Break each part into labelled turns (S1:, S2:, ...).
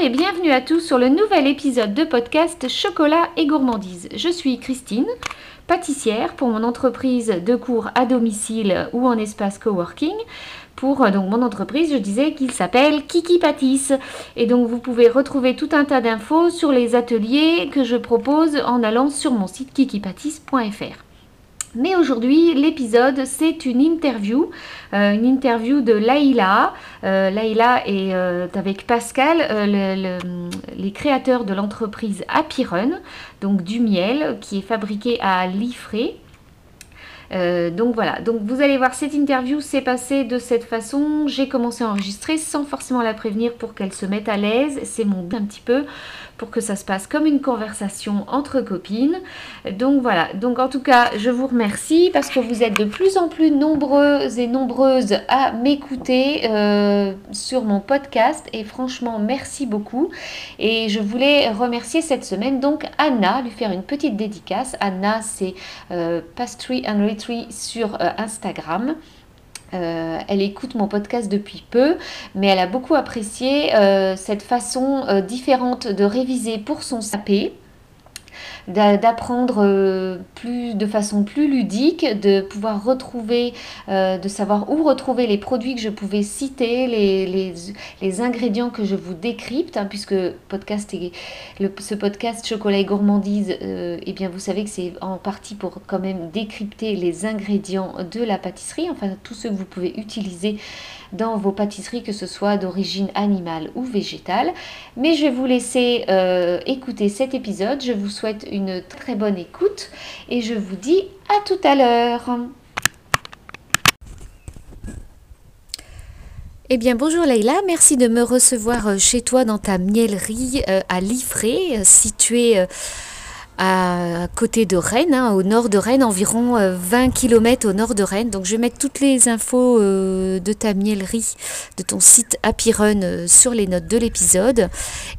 S1: et bienvenue à tous sur le nouvel épisode de podcast Chocolat et gourmandise. Je suis Christine, pâtissière pour mon entreprise de cours à domicile ou en espace coworking. Pour euh, donc mon entreprise, je disais qu'il s'appelle Kiki Pâtisse. Et donc vous pouvez retrouver tout un tas d'infos sur les ateliers que je propose en allant sur mon site kikipâtisse.fr. Mais aujourd'hui, l'épisode, c'est une interview, euh, une interview de Laïla. Euh, Laïla est euh, avec Pascal, euh, le- le- les créateurs de l'entreprise Happy Run, donc du miel qui est fabriqué à Liffré. Euh, donc voilà, donc vous allez voir cette interview s'est passée de cette façon. J'ai commencé à enregistrer sans forcément la prévenir pour qu'elle se mette à l'aise. C'est mon but un petit peu pour que ça se passe comme une conversation entre copines. Donc voilà, donc en tout cas, je vous remercie parce que vous êtes de plus en plus nombreuses et nombreuses à m'écouter euh, sur mon podcast et franchement, merci beaucoup. Et je voulais remercier cette semaine donc Anna, lui faire une petite dédicace. Anna, c'est euh, Pastry and Retry sur euh, Instagram. Euh, elle écoute mon podcast depuis peu, mais elle a beaucoup apprécié euh, cette façon euh, différente de réviser pour son CAP d'a- d'apprendre euh, plus de façon plus ludique, de pouvoir retrouver, euh, de savoir où retrouver les produits que je pouvais citer, les, les, les ingrédients que je vous décrypte, hein, puisque podcast est- le- ce podcast Chocolat et gourmandise, euh, eh bien vous savez que c'est en partie pour quand même décrypter les ingrédients de la pâtisserie, enfin tous ceux que vous pouvez utiliser dans vos pâtisseries, que ce soit d'origine animale ou végétale. Mais je vais vous laisser euh, écouter cet épisode. Je vous souhaite une très bonne écoute et je vous dis à tout à l'heure. Eh bien, bonjour Leïla, merci de me recevoir euh, chez toi dans ta mielerie euh, à Liffré, euh, située euh, à côté de Rennes, hein, au nord de Rennes, environ euh, 20 km au nord de Rennes. Donc, je vais mettre toutes les infos euh, de ta mielerie, de ton site Happy Run euh, sur les notes de l'épisode.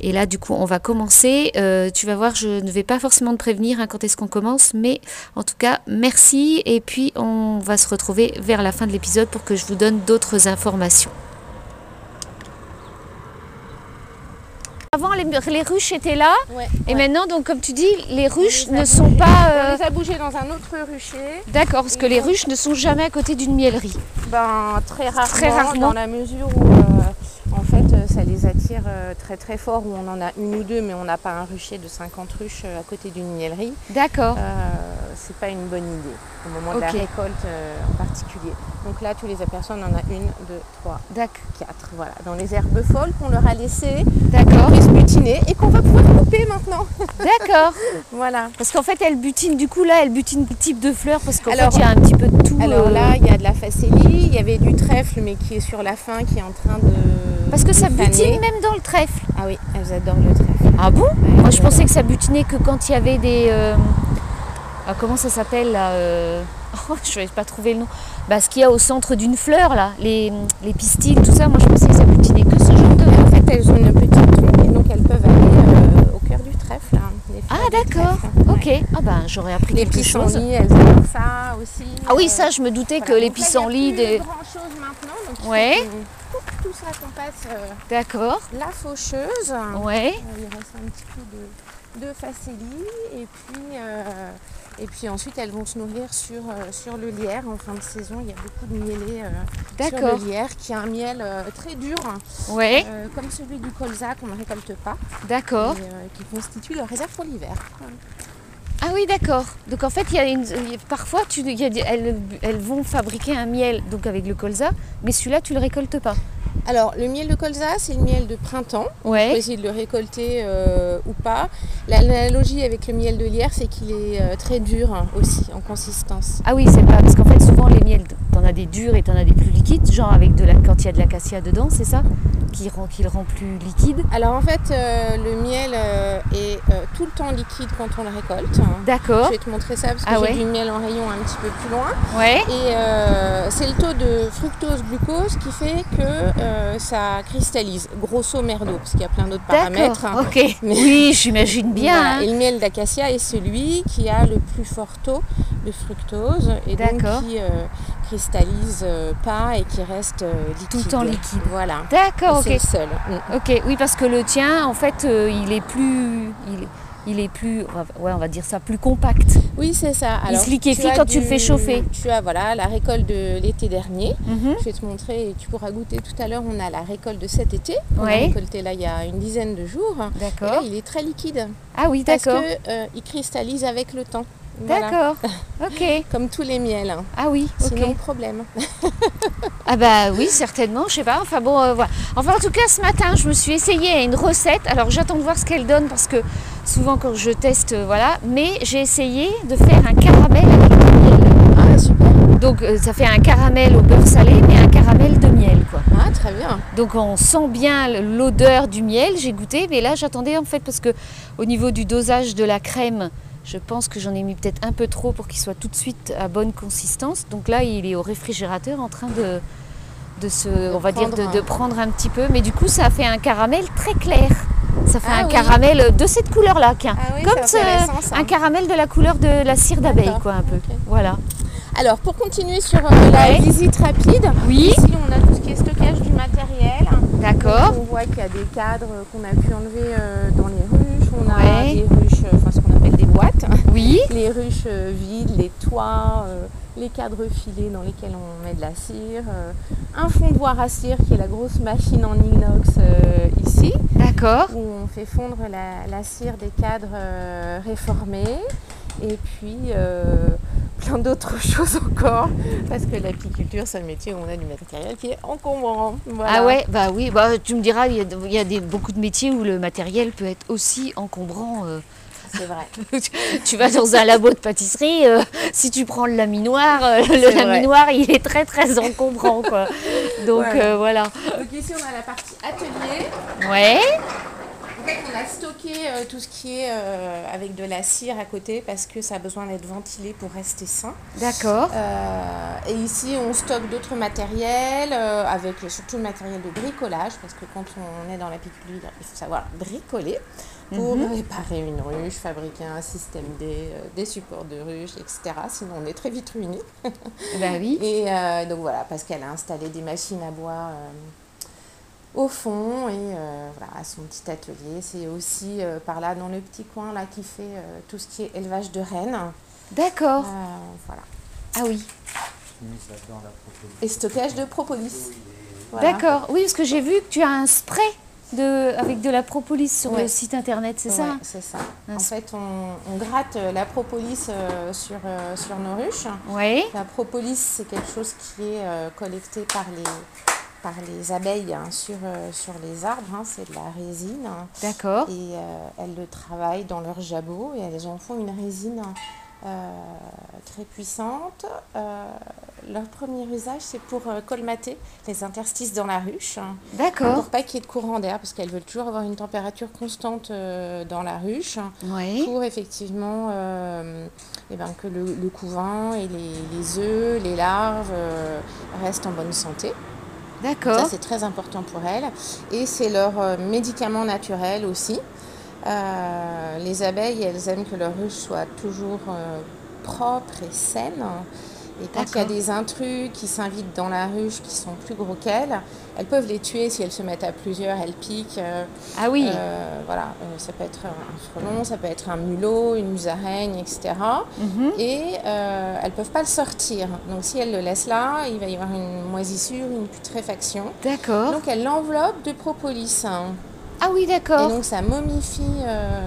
S1: Et là, du coup, on va commencer. Euh, tu vas voir, je ne vais pas forcément te prévenir hein, quand est-ce qu'on commence, mais en tout cas, merci. Et puis, on va se retrouver vers la fin de l'épisode pour que je vous donne d'autres informations. Avant, les, les ruches étaient là.
S2: Ouais.
S1: Et maintenant, donc, comme tu dis, les ruches
S2: les a
S1: ne sont pas... euh,
S2: On les a bougés dans un autre rucher,
S1: D'accord, parce que les ruches ne sont jamais à côté d'une mielerie.
S2: ben, très, rarement,
S1: Très rarement.
S2: dans la mesure où euh, en fait euh, ça les attire euh, très très fort, où on en a une ou deux, mais on n'a pas un rucher de 50 ruches euh, à côté d'une miellerie.
S1: D'accord.
S2: Euh, c'est pas une bonne idée au moment de la
S1: Ok.
S2: récolte euh, en particulier. Donc là, tous les aperçus, on en a une, deux, trois,
S1: D'ac-
S2: quatre. Voilà, dans les herbes folles qu'on leur a laissées,
S1: D'accord.
S2: qu'on butiner et qu'on va pouvoir couper maintenant.
S1: D'accord.
S2: Voilà.
S1: Parce qu'en fait, elle butine, du coup, là, elle butine le type de fleurs parce qu'en fait,
S2: Alors-
S1: il y a un petit peu de tout.
S2: Alors
S1: euh,
S2: là, il y a de la facélie, il y avait du trèfle, mais qui est sur la fin, qui est en train de.
S1: Parce que ça
S2: de faner.
S1: butine même dans le trèfle.
S2: Ah oui, elles adorent le trèfle.
S1: Ah bon Moi, je
S2: Ouais.
S1: pensais que ça butinait que quand il y avait des. euh, ah, comment ça s'appelle là euh, oh, Je vais pas trouver le nom. Bah, ce qu'il y a au centre d'une fleur là, les, les pistils, tout ça. Moi, je pensais que ça butinait que ce genre de.
S2: En fait, elles ont une petite trompe et donc elles peuvent aller euh, au cœur du trèfle. hein, les fleurs
S1: Ah
S2: du
S1: d'accord.
S2: trèfle.
S1: Ok.
S2: Ouais.
S1: Ah ben, j'aurais appris
S2: Les
S1: quelque chose.
S2: pissenlits, elles adorent ça aussi.
S1: Ah oui,
S2: euh,
S1: ça, je me doutais
S2: voilà.
S1: que les
S2: Donc là,
S1: pissenlits.
S2: Il n'y a plus
S1: Des...
S2: grand chose maintenant. Donc il faut
S1: Ouais.
S2: qu'on coupe tout ça qu'on passe euh,
S1: D'accord.
S2: la faucheuse.
S1: Ouais.
S2: Euh, Il reste un petit peu de, de facélie et puis, euh, et puis ensuite elles vont se nourrir sur, euh, sur le lierre. En fin de saison, il y a beaucoup de mielés euh, sur
S1: D'accord.
S2: le lierre qui est un miel euh, très dur,
S1: Ouais.
S2: euh, comme celui du colza qu'on ne récolte pas,
S1: D'accord.
S2: et, euh, qui constitue leur réserve pour l'hiver.
S1: Ah oui, d'accord. Donc en fait, il y a une... il y a- parfois, tu... il y a des- elles... elles vont fabriquer un miel donc avec le colza, mais celui-là, tu le récoltes pas.
S2: Alors le miel de colza, c'est le miel de printemps. On peut
S1: Ouais.
S2: essayer de le récolter euh, ou pas. L'analogie avec le miel de lierre, c'est qu'il est euh, très dur hein, aussi en consistance.
S1: Ah oui, c'est pas parce qu'en fait, souvent les miels, t'en as des durs et t'en as des plus liquides, genre avec de la quand il y a de l'acacia dedans, c'est ça, qui rend qui le rend plus liquide.
S2: Alors en fait, euh, le miel euh, est euh, tout tout le temps liquide quand on le récolte. hein. Je
S1: D'accord.
S2: vais te montrer ça parce que
S1: Ah
S2: j'ai
S1: ouais.
S2: du miel en rayon un petit peu plus loin.
S1: Ouais.
S2: Et euh, c'est le taux de fructose-glucose qui fait que euh, ça cristallise, grosso merdo, parce qu'il y a plein d'autres paramètres. hein.
S1: D'accord. Ok.
S2: Mais-
S1: Oui, j'imagine bien.
S2: Voilà.
S1: hein.
S2: Et le miel d'acacia est celui qui a le plus fort taux de fructose et donc
S1: D'accord.
S2: qui euh, cristallise euh, pas et qui reste euh, liquide.
S1: Tout le temps liquide.
S2: Voilà.
S1: D'accord.
S2: Et
S1: Ok.
S2: C'est le seul. Mm.
S1: Ok, oui, parce que le tien, en fait, euh, il est plus. Il est, il est plus. Ouais, on va dire ça, plus compact.
S2: Oui, c'est ça.
S1: Il
S2: Alors,
S1: se liquéfie
S2: tu as
S1: quand tu le fais chauffer.
S2: Tu as voilà la récolte de l'été dernier. Je vais te montrer et tu pourras goûter tout à l'heure. On a la récolte de cet été. On a
S1: Ouais.
S2: récolté là il y a une dizaine de jours. Et là,
S1: D'accord.
S2: il est très liquide
S1: Ah oui,
S2: parce
S1: d'accord.
S2: que euh, il cristallise avec le temps. Voilà.
S1: D'accord. Ok.
S2: Comme tous les miels. hein.
S1: Ah oui, ok.
S2: Sinon problème.
S1: Ah bah oui, certainement, je sais pas. Enfin bon, euh, voilà. Enfin en tout cas, ce matin, je me suis essayée à une recette. Alors j'attends de voir ce qu'elle donne parce que souvent quand je teste, euh, voilà. Mais j'ai essayé de faire un caramel avec du miel.
S2: Ah super.
S1: Donc euh, ça fait un caramel au beurre salé, mais un caramel de miel, quoi.
S2: Ah très bien.
S1: Donc on sent bien l'odeur du miel, j'ai goûté, mais là j'attendais en fait parce que au niveau du dosage de la crème, je pense que j'en ai mis peut-être un peu trop pour qu'il soit tout de suite à bonne consistance. Donc là il est au réfrigérateur en train de, de se, on va dire,
S2: prendre
S1: de, de
S2: un-
S1: prendre un petit peu. Mais du coup ça a fait un caramel très clair. Ça fait
S2: Ah
S1: un
S2: oui.
S1: caramel de cette couleur-là, tiens.
S2: Ah oui,
S1: Comme
S2: c'est intéressant,
S1: ce-
S2: ça.
S1: un caramel de la couleur de la cire d'abeille,
S2: D'accord,
S1: quoi, un peu.
S2: ok.
S1: Voilà.
S2: Alors pour continuer sur euh, la
S1: Ouais.
S2: visite rapide,
S1: Oui,
S2: ici on a tout ce qui est stockage du matériel.
S1: d'accord.
S2: Donc, On voit qu'il y a des cadres qu'on a pu enlever euh, dans les ruches. On a
S1: Ouais.
S2: des ruches, euh, enfin ce qu'on appelle des boîtes.
S1: Oui,
S2: Les ruches euh, vides, les toits, euh, les cadres filés dans lesquels on met de la cire. euh, un fondoir à cire qui est la grosse machine en inox euh, ici,
S1: d'accord.
S2: où on fait fondre la, la cire des cadres euh, réformés. Et puis euh, plein d'autres choses encore, parce que l'apiculture, c'est un métier où on a du matériel qui est encombrant. Voilà.
S1: Ah ouais, bah oui, bah, tu me diras, il y a, il y a des, beaucoup de métiers où le matériel peut être aussi encombrant. euh.
S2: C'est vrai.
S1: Tu vas dans un labo de pâtisserie, euh, si tu prends le laminoir, euh, le
S2: vrai.
S1: laminoir il est très très encombrant quoi. Donc
S2: Ouais.
S1: euh, voilà.
S2: Donc ici on a la partie atelier.
S1: Ouais,
S2: En fait on a stocké euh, tout ce qui est euh, avec de la cire à côté parce que ça a besoin d'être ventilé pour rester sain.
S1: d'accord.
S2: Euh, et ici on stocke d'autres matériels euh, avec surtout le matériel de bricolage parce que quand on est dans l'apiculture il faut savoir bricoler pour réparer une ruche, fabriquer un système D, euh, des supports de ruche, etc. Sinon on est très vite ruiné.
S1: Bah oui.
S2: Et euh, donc voilà, parce qu'elle a installé des machines à bois euh, au fond et euh, voilà, à son petit atelier. C'est aussi euh, par là, dans le petit coin là, qui fait euh, tout ce qui est élevage de rennes. Euh,
S1: D'accord.
S2: voilà.
S1: Ah oui.
S3: mise là-dedans la propolis.
S2: Et stockage de propolis. Voilà.
S1: D'accord. Oui, parce que j'ai vu que tu as un spray de, avec de la propolis sur
S2: Ouais.
S1: le site internet, c'est
S2: Ouais,
S1: ça hein Ah,
S2: C'est ça.
S1: Un
S2: En
S1: sp-
S2: fait, on, on gratte euh, la propolis euh, sur, euh, sur nos ruches.
S1: Ouais.
S2: La propolis, c'est quelque chose qui est euh, collecté par les, par les abeilles hein, sur, euh, sur les arbres. hein. c'est de la résine. hein.
S1: D'accord.
S2: Et euh, elles le travaillent dans leur jabot et elles en font une résine euh, très puissante. Euh, leur premier usage, c'est pour euh, colmater les interstices dans la ruche, hein,
S1: D'accord.
S2: pour pas qu'il y ait de courant d'air, parce qu'elles veulent toujours avoir une température constante euh, dans la ruche,
S1: Ouais.
S2: pour effectivement euh, eh ben, que le, le couvain et les, les œufs, les larves euh, restent en bonne santé. Ça,
S1: D'accord.
S2: c'est très important pour elles. Et c'est leur euh, médicament naturel aussi. Euh, les abeilles, elles aiment que leur ruche soit toujours euh, propre et saine. Et quand il y a
S1: D'accord.
S2: des intrus qui s'invitent dans la ruche qui sont plus gros qu'elles, elles peuvent les tuer si elles se mettent à plusieurs, elles piquent. euh,
S1: Ah oui.
S2: euh, voilà, euh, ça peut être un frelon, ça peut être un mulot, une musaraigne, etc
S1: Mhm.
S2: et euh, elles ne peuvent pas le sortir. Donc si elles le laissent là, il va y avoir une moisissure, une putréfaction.
S1: D'accord.
S2: Donc elles l'enveloppent de propolis. hein.
S1: Ah oui,
S2: Et
S1: d'accord.
S2: donc ça momifie euh,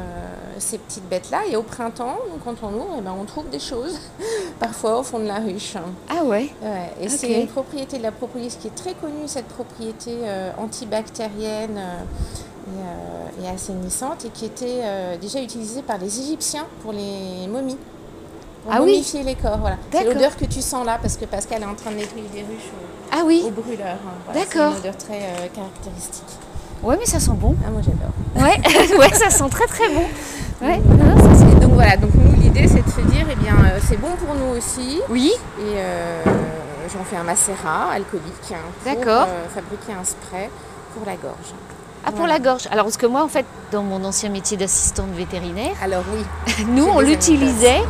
S2: ces petites bêtes-là. Et au printemps, donc, quand on ouvre, eh ben, on trouve des choses, parfois au fond de la ruche.
S1: Ah ouais.
S2: Ouais, et
S1: Ok.
S2: c'est une propriété de la propolis qui est très connue, cette propriété euh, antibactérienne euh, et, euh, et assainissante, et qui était euh, déjà utilisée par les Égyptiens pour les momies. Pour
S1: Ah oui.
S2: momifier les corps, voilà. C'est
S1: D'accord.
S2: l'odeur que tu sens là, parce que Pascal est en train de nettoyer des ruches
S1: Ah
S2: au,
S1: oui.
S2: au brûleur. hein. Voilà,
S1: D'accord.
S2: C'est une odeur très euh, caractéristique.
S1: Ouais, mais ça sent bon.
S2: Ah, moi j'adore.
S1: Ouais, ouais, ça sent très très bon. Ouais, non, ça, c'est-
S2: Et donc voilà, donc nous l'idée c'est de se dire, eh bien euh, c'est bon pour nous aussi.
S1: Oui,
S2: Et euh, j'en fais un macérat alcoolique hein, pour
S1: D'accord.
S2: euh, fabriquer un spray pour la gorge.
S1: ah, pour la gorge. Alors, parce que moi, en fait, dans mon ancien métier d'assistante vétérinaire,
S2: Alors oui,
S1: Nous,
S2: C'est
S1: on
S2: des
S1: l'utilisait,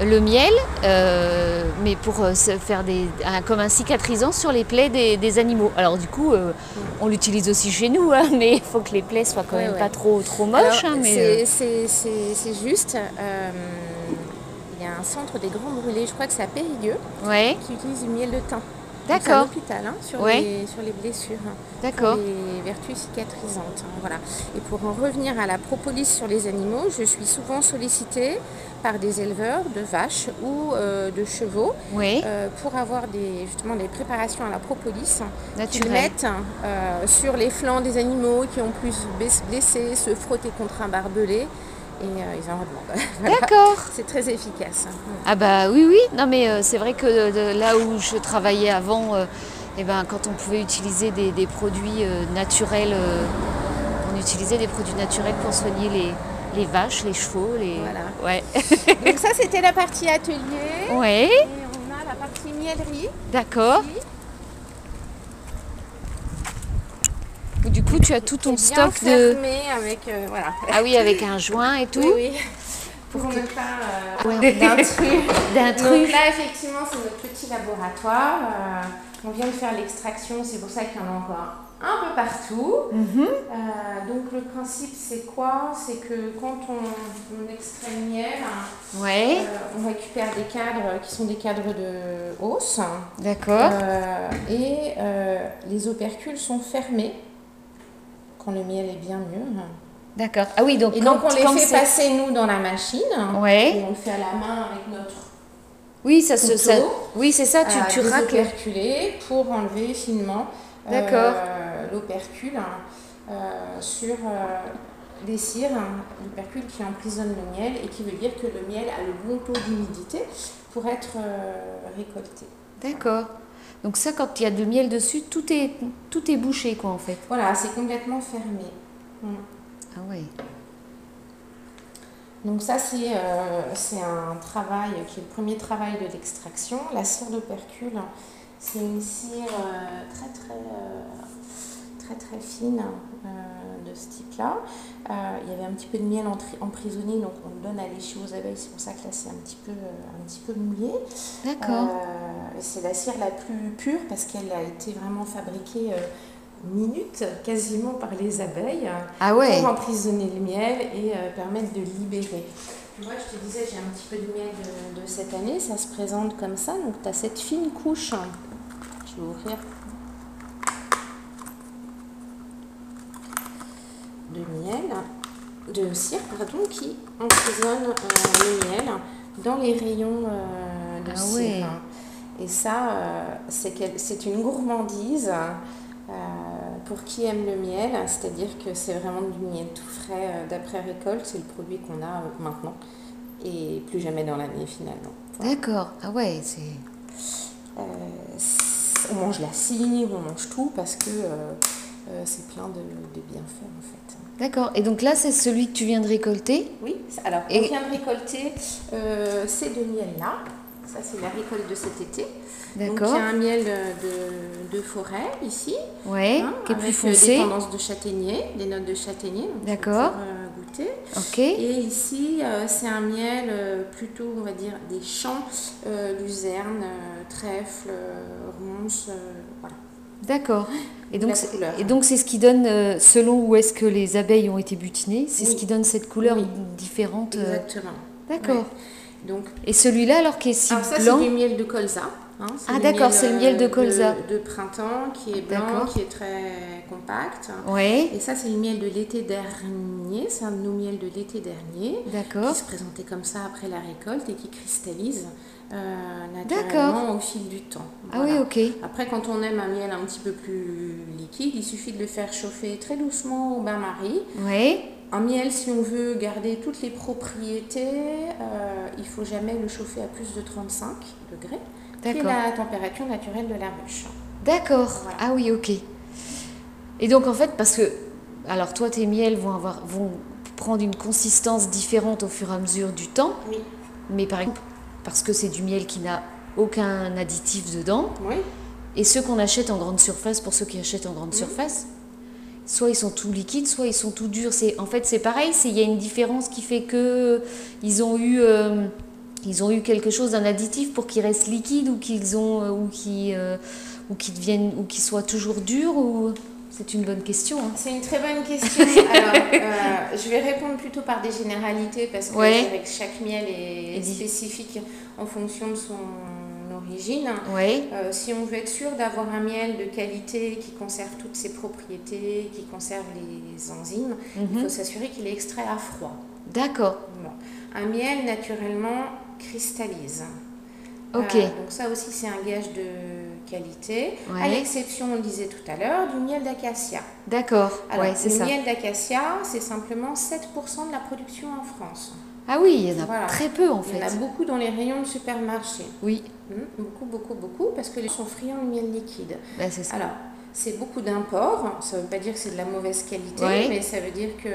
S1: le miel, euh, mais pour euh, se faire des, un- comme un cicatrisant sur les plaies des, des animaux. Alors du coup, euh, on l'utilise aussi chez nous, hein, mais il faut que les plaies soient quand
S2: Ouais,
S1: même
S2: ouais.
S1: pas trop, trop moches.
S2: Alors,
S1: hein, mais, euh,
S2: c'est- c'est- c'est c'est juste. euh, il y a un centre des grands brûlés, je crois que c'est à Périgueux,
S1: euh, ouais,
S2: qui utilise du miel de thym. Donc, C'est à
S1: d'accord,
S2: l'hôpital hein, sur,
S1: Ouais.
S2: les, sur les blessures, hein, pour
S1: d'accord.
S2: les vertus cicatrisantes. hein, voilà. Et pour en revenir à la propolis sur les animaux, je suis souvent sollicitée par des éleveurs de vaches ou euh, de chevaux
S1: Oui,
S2: euh, pour avoir des, justement des préparations à la propolis hein, qu'ils
S1: naturel.
S2: mettent euh, sur les flancs des animaux qui ont plus bless- blessé, se frotter contre un barbelé. Et euh, ils en redemandent.
S1: D'accord.
S2: C'est très efficace. hein.
S1: Ah bah oui, oui. Non mais euh, c'est vrai que de- de là où je travaillais avant, euh, eh ben, quand on pouvait utiliser des, des produits euh, naturels, euh, on utilisait des produits naturels pour soigner les, les vaches, les chevaux, les...
S2: Voilà.
S1: Ouais.
S2: Donc ça, c'était la partie atelier.
S1: Ouais,
S2: Et on a la partie mielerie.
S1: d'accord.
S2: ici.
S1: Du coup, tu as tout ton
S2: C'est bien
S1: stock de...
S2: fermé avec... euh, voilà.
S1: Ah oui, avec un joint et tout.
S2: Oui, oui. Pour ne pas euh,
S1: Ouais.
S2: d'intrus. Donc
S1: D'intrus.
S2: là, effectivement, c'est notre petit laboratoire. Euh, on vient de faire l'extraction, c'est pour ça qu'il y en a encore un peu partout.
S1: Mhm.
S2: Euh, donc le principe, c'est quoi C'est que quand on, on extrait le miel,
S1: Ouais,
S2: euh, on récupère des cadres qui sont des cadres de hausse.
S1: d'accord.
S2: Euh, et euh, les opercules sont fermés quand le miel est bien mûr.
S1: D'accord. Ah oui, donc...
S2: Et donc
S1: quand-
S2: on les
S1: quand
S2: fait
S1: c'est-
S2: passer, nous, dans la machine. Et
S1: Ouais.
S2: on le fait à la main avec notre
S1: Oui, ça se...
S2: couteau. Euh,
S1: ça- Oui, c'est ça, tu,
S2: à
S1: tu
S2: des
S1: racles.
S2: operculés pour enlever finement euh,
S1: D'accord.
S2: l'opercule hein, euh, sur euh, les cires, hein, l'opercule qui emprisonne le miel et qui veut dire que le miel a le bon taux d'humidité pour être euh, récolté.
S1: D'accord. Donc ça, quand il y a du miel dessus, tout est, tout est bouché, quoi, en fait.
S2: Voilà, c'est complètement fermé. Mm.
S1: Ah ouais.
S2: Donc ça, c'est euh, c'est un travail qui est le premier travail de l'extraction. La cire d'opercule, c'est une cire euh, très très euh, très très fine euh, de ce type-là. Euh, il y avait un petit peu de miel entri- emprisonné, donc on le donne à lécher aux abeilles. C'est pour ça que là, c'est un petit peu euh, un petit peu mouillé.
S1: D'accord.
S2: Euh, c'est la cire la plus pure parce qu'elle a été vraiment fabriquée euh, minute quasiment par les abeilles
S1: Ah ouais.
S2: pour emprisonner le miel et euh, permettre de libérer. Tu vois, je te disais, j'ai un petit peu de miel de, de cette année, ça se présente comme ça, donc tu as cette fine couche. Je vais ouvrir. De miel, de cire, pardon, qui emprisonne euh, le miel dans les rayons euh, de
S1: Ah
S2: cire.
S1: ouais.
S2: Et ça, euh, c'est quel- c'est une gourmandise. Euh, pour qui aime le miel, hein, c'est-à-dire que c'est vraiment du miel tout frais euh, d'après récolte, c'est le produit qu'on a euh, maintenant et plus jamais dans l'année finalement. Voilà.
S1: D'accord. Ah ouais, c'est...
S2: Euh, c'est- on mange la cire, on mange tout parce que euh, euh, c'est plein de, de bienfaits en fait.
S1: D'accord. Et donc là, c'est celui que tu viens de récolter
S2: Oui, c'est- alors
S1: Et-
S2: on vient de récolter euh, ces deux miels-là. Ça, c'est la récolte de cet été. Donc, il
S1: D'accord.
S2: y a un miel euh, de, de forêt ici,
S1: Ouais,
S2: hein,
S1: qui est plus
S2: avec, euh,
S1: foncé.
S2: des tendances de châtaignier, des notes de châtaignier. donc je vais
S1: D'accord.
S2: pouvoir, euh, goûter.
S1: Ok.
S2: Et ici, euh, c'est un miel euh, plutôt, on va dire, des champs, euh, luzerne, euh, trèfle, euh, ronce, euh, voilà.
S1: D'accord. Et donc,
S2: La
S1: c'est-
S2: couleur.
S1: et donc c'est ce qui donne, euh, selon où est-ce que les abeilles ont été butinées, c'est ce
S2: Oui.
S1: qui donne cette couleur
S2: Oui.
S1: différente. euh,
S2: Exactement.
S1: D'accord.
S2: Donc,
S1: Et celui-là, alors qui est si
S2: alors ça, c'est
S1: blanc,
S2: du miel de colza. hein, c'est
S1: Ah,
S2: du
S1: d'accord,
S2: miel,
S1: c'est le miel de
S2: euh,
S1: colza.
S2: De, de printemps, qui est blanc,
S1: D'accord.
S2: qui est très compact.
S1: ouais,
S2: Et ça, c'est le miel de l'été dernier. C'est un de nos miels de l'été dernier.
S1: d'accord.
S2: qui se présentait comme ça après la récolte et qui cristallise euh,
S1: D'accord.
S2: naturellement au fil du temps.
S1: Ah
S2: Voilà.
S1: oui, ok.
S2: Après, quand on aime un miel un petit peu plus liquide, il suffit de le faire chauffer très doucement au bain-marie.
S1: Ouais,
S2: Un miel, si on veut garder toutes les propriétés, euh, il faut jamais le chauffer à plus de 35 degrés, qui est
S1: D'accord.
S2: la température naturelle de la ruche.
S1: d'accord.
S2: Voilà.
S1: Ah oui, ok. Et donc en fait, parce que, alors toi, tes miels vont avoir, vont prendre une consistance différente au fur et à mesure du temps.
S2: Oui.
S1: Mais par exemple, parce que c'est du miel qui n'a aucun additif dedans,
S2: Oui.
S1: et ceux qu'on achète en grande surface, pour ceux qui achètent en
S2: Mm.
S1: grande surface, soit ils sont tout liquides, soit ils sont tout durs. C'est en fait c'est pareil. C'est il y a une différence qui fait que ils ont eu euh, ils ont eu quelque chose d'un additif pour qu'ils restent liquides ou qu'ils ont euh, ou qui ou qu'ils deviennent ou qu'ils soient toujours durs ou c'est une bonne question. hein.
S2: C'est une très bonne question. Alors, euh, je vais répondre plutôt par des généralités parce que
S1: Ouais.
S2: je dirais que chaque miel est
S1: Et dis-
S2: spécifique en fonction de son origine.
S1: Ouais.
S2: Euh, si on veut être sûr d'avoir un miel de qualité qui conserve toutes ses propriétés, qui conserve les enzymes, il
S1: Mhm.
S2: faut s'assurer qu'il est extrait à froid.
S1: D'accord.
S2: Bon. Un miel naturellement cristallise.
S1: Ok.
S2: Euh, donc ça aussi c'est un gage de qualité, à
S1: Ouais.
S2: l'exception, on le disait tout à l'heure, du miel d'acacia.
S1: D'accord.
S2: Alors,
S1: Ouais, c'est
S2: le
S1: ça.
S2: miel d'acacia, c'est simplement 7% de la production en France.
S1: Ah oui, il y en a
S2: Voilà.
S1: très peu en
S2: Il y en
S1: fait.
S2: a beaucoup dans les rayons de supermarché.
S1: Oui,
S2: Hmm, Beaucoup, beaucoup, beaucoup, parce que les gens sont friands de miel liquide.
S1: bah, c'est ça.
S2: Alors, c'est beaucoup d'imports, ça ne veut pas dire que c'est de la mauvaise qualité,
S1: Ouais.
S2: mais ça veut dire que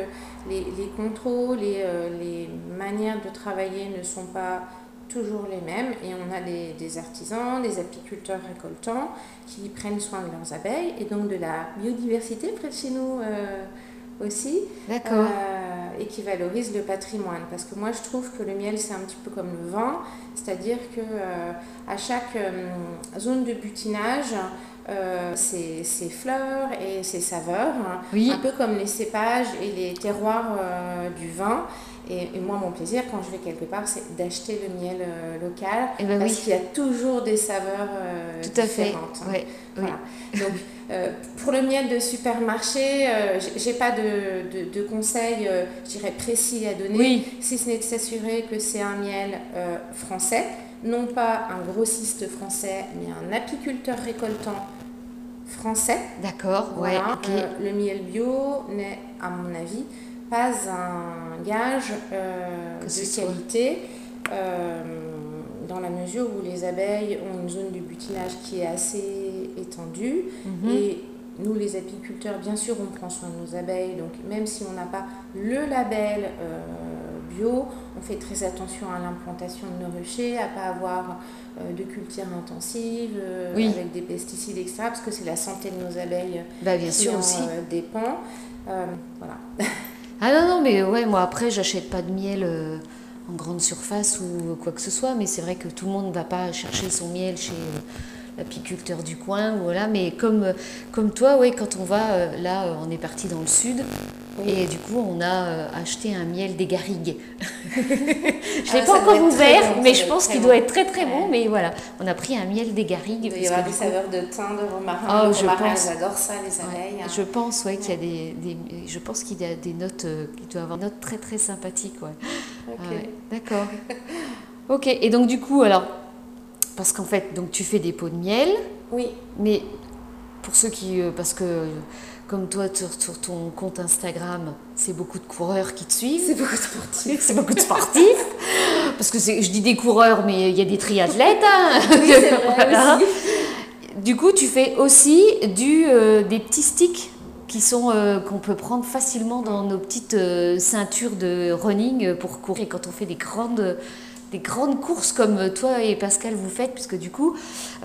S2: les, les contrôles, les, euh, les manières de travailler ne sont pas toujours les mêmes et on a des, des artisans, des apiculteurs récoltants qui prennent soin de leurs abeilles et donc de la biodiversité près de chez nous euh, aussi.
S1: D'accord.
S2: Euh, et qui valorise le patrimoine. Parce que moi, je trouve que le miel, c'est un petit peu comme le vin, c'est-à-dire que euh, à chaque euh, zone de butinage, euh, ses, ses fleurs et ses saveurs, hein,
S1: oui.
S2: un peu comme les cépages et les terroirs euh, du vin. Et, et moi, mon plaisir quand je vais quelque part, c'est d'acheter le miel euh, local.
S1: Eh ben
S2: Parce
S1: oui.
S2: qu'il y a toujours des saveurs euh,
S1: Tout à fait.
S2: différentes.
S1: Ouais. oui.
S2: Voilà. Donc, euh, pour le miel de supermarché, euh, j'ai- j'ai pas de, de- de conseils, euh, je dirais, précis à donner,
S1: Oui.
S2: si ce n'est de s'assurer que c'est un miel euh, français, non pas un grossiste français, mais un apiculteur récoltant français.
S1: D'accord. Ouais.
S2: Voilà.
S1: ok.
S2: Euh, le miel bio n'est, à mon avis, pas un gage euh,
S1: Que ce
S2: de
S1: soit.
S2: qualité. euh, dans la mesure où les abeilles ont une zone de butinage qui est assez étendue,
S1: Mhm.
S2: et nous, les apiculteurs, bien sûr, on prend soin de nos abeilles. Donc, même si on n'a pas le label euh, bio, on fait très attention à l'implantation de nos ruchers, à pas avoir euh, de cultures intensives euh,
S1: Oui.
S2: avec des pesticides, etc. Parce que c'est la santé de nos abeilles
S1: Bah bien
S2: qui
S1: sûr
S2: en,
S1: aussi.
S2: euh, dépend. Euh, voilà. euh,
S1: Ah non non mais ouais moi après j'achète pas de miel euh, en grande surface ou quoi que ce soit mais c'est vrai que tout le monde ne va pas chercher son miel chez euh, l'apiculteur du coin voilà mais comme euh, comme toi ouais quand on va euh, là euh, on est parti dans le sud et du coup on a euh, acheté un miel des garrigues. Je l'ai
S2: Ah, ça
S1: pas
S2: doit
S1: encore
S2: être très
S1: ouvert
S2: bon,
S1: mais
S2: ça
S1: je
S2: doit
S1: pense
S2: être
S1: qu'il
S2: très
S1: doit
S2: bon.
S1: être très très bon
S2: Ouais.
S1: mais voilà on a pris un miel des garrigues.
S2: Il doit y
S1: parce
S2: avoir
S1: que
S2: des
S1: du coup-
S2: saveurs de thym, de romarin.
S1: Ah,
S2: Le
S1: je
S2: romarin,
S1: pense.
S2: j'adore ça, les
S1: Ouais,
S2: abeilles. hein.
S1: je pense ouais, qu'il y a des, des- je pense qu'il y a des notes euh, qu'il doit avoir des notes très très sympathiques ouais.
S2: Ok.
S1: Ah ouais, D'accord. ok. Et donc du coup, alors, parce qu'en fait, donc tu fais des pots de miel,
S2: Oui,
S1: mais pour ceux qui, euh, parce que euh, comme toi sur, sur ton compte Instagram, c'est beaucoup de coureurs qui te suivent. C'est beaucoup de sportifs. c'est beaucoup de sportifs. parce que c'est- je dis des coureurs, mais il y a des triathlètes. hein.
S2: c'est vrai
S1: Voilà. Du coup, tu fais aussi du, euh, des petits sticks qui sont euh, qu'on peut prendre facilement dans nos petites euh, ceintures de running euh, pour courir. Et quand on fait des grandes des grandes courses comme toi et Pascal vous faites, puisque du coup,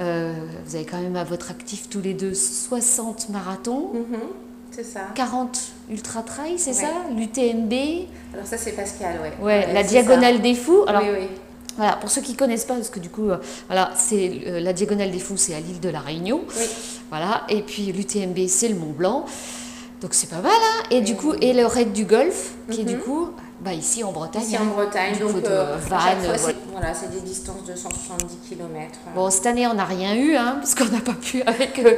S1: euh, vous avez quand même à votre actif tous les deux 60 marathons,
S2: Mhm. c'est ça.
S1: 40 ultra-trail, c'est
S2: Ouais.
S1: ça L'UTMB, ouais,
S2: Alors ça, c'est Pascal, ouais.
S1: la
S2: c'est ça.
S1: Diagonale des Fous. Alors,
S2: oui, oui.
S1: voilà, pour ceux qui connaissent pas, parce que du coup, euh, voilà, c'est euh, la diagonale des fous, c'est à l'île de la Réunion.
S2: Oui.
S1: Voilà, et puis l'UTMB, c'est le Mont Blanc. Donc c'est pas mal, hein Et du coup, et le raid du Golf, qui est du
S2: Mhm.
S1: coup, bah ici en Bretagne.
S2: Ici en
S1: hein.
S2: Bretagne,
S1: Du
S2: donc
S1: coup, de
S2: euh, à
S1: Vannes,
S2: chaque fois,
S1: voilà.
S2: c'est, voilà, c'est des distances de 170 km.
S1: Bon, cette année, on n'a rien eu, hein, parce qu'on n'a pas pu avec euh,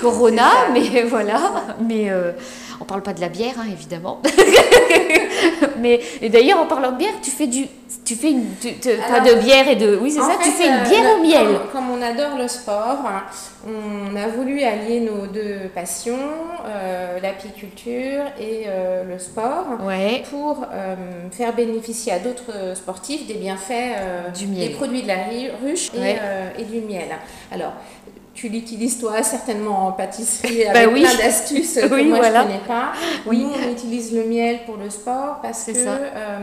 S1: Corona, mais voilà. Mais euh, on parle pas de la bière, hein, évidemment. mais et d'ailleurs, en parlant de bière, tu fais du, tu fais une, tu- tu- pas
S2: Alors,
S1: de bière et de, oui, c'est ça, tu fais
S2: euh,
S1: une bière au miel.
S2: Comme, on adore le sport, hein, on a voulu allier nos deux passions, euh, l'apiculture et euh, le sport,
S1: Ouais.
S2: pour euh, faire bénéficier à d'autres euh, sportifs des bienfaits euh,
S1: Du miel.
S2: des produits de la ru- ruche et,
S1: Ouais.
S2: euh, et du miel. Alors, Tu l'utilises toi certainement en pâtisserie
S4: Bah
S2: avec
S4: oui.
S2: plein d'astuces que
S4: Oui,
S2: moi
S4: voilà.
S2: je connais pas.
S4: Oui.
S2: Nous on utilise le miel pour le sport parce
S1: C'est
S2: que
S1: ça.
S2: euh,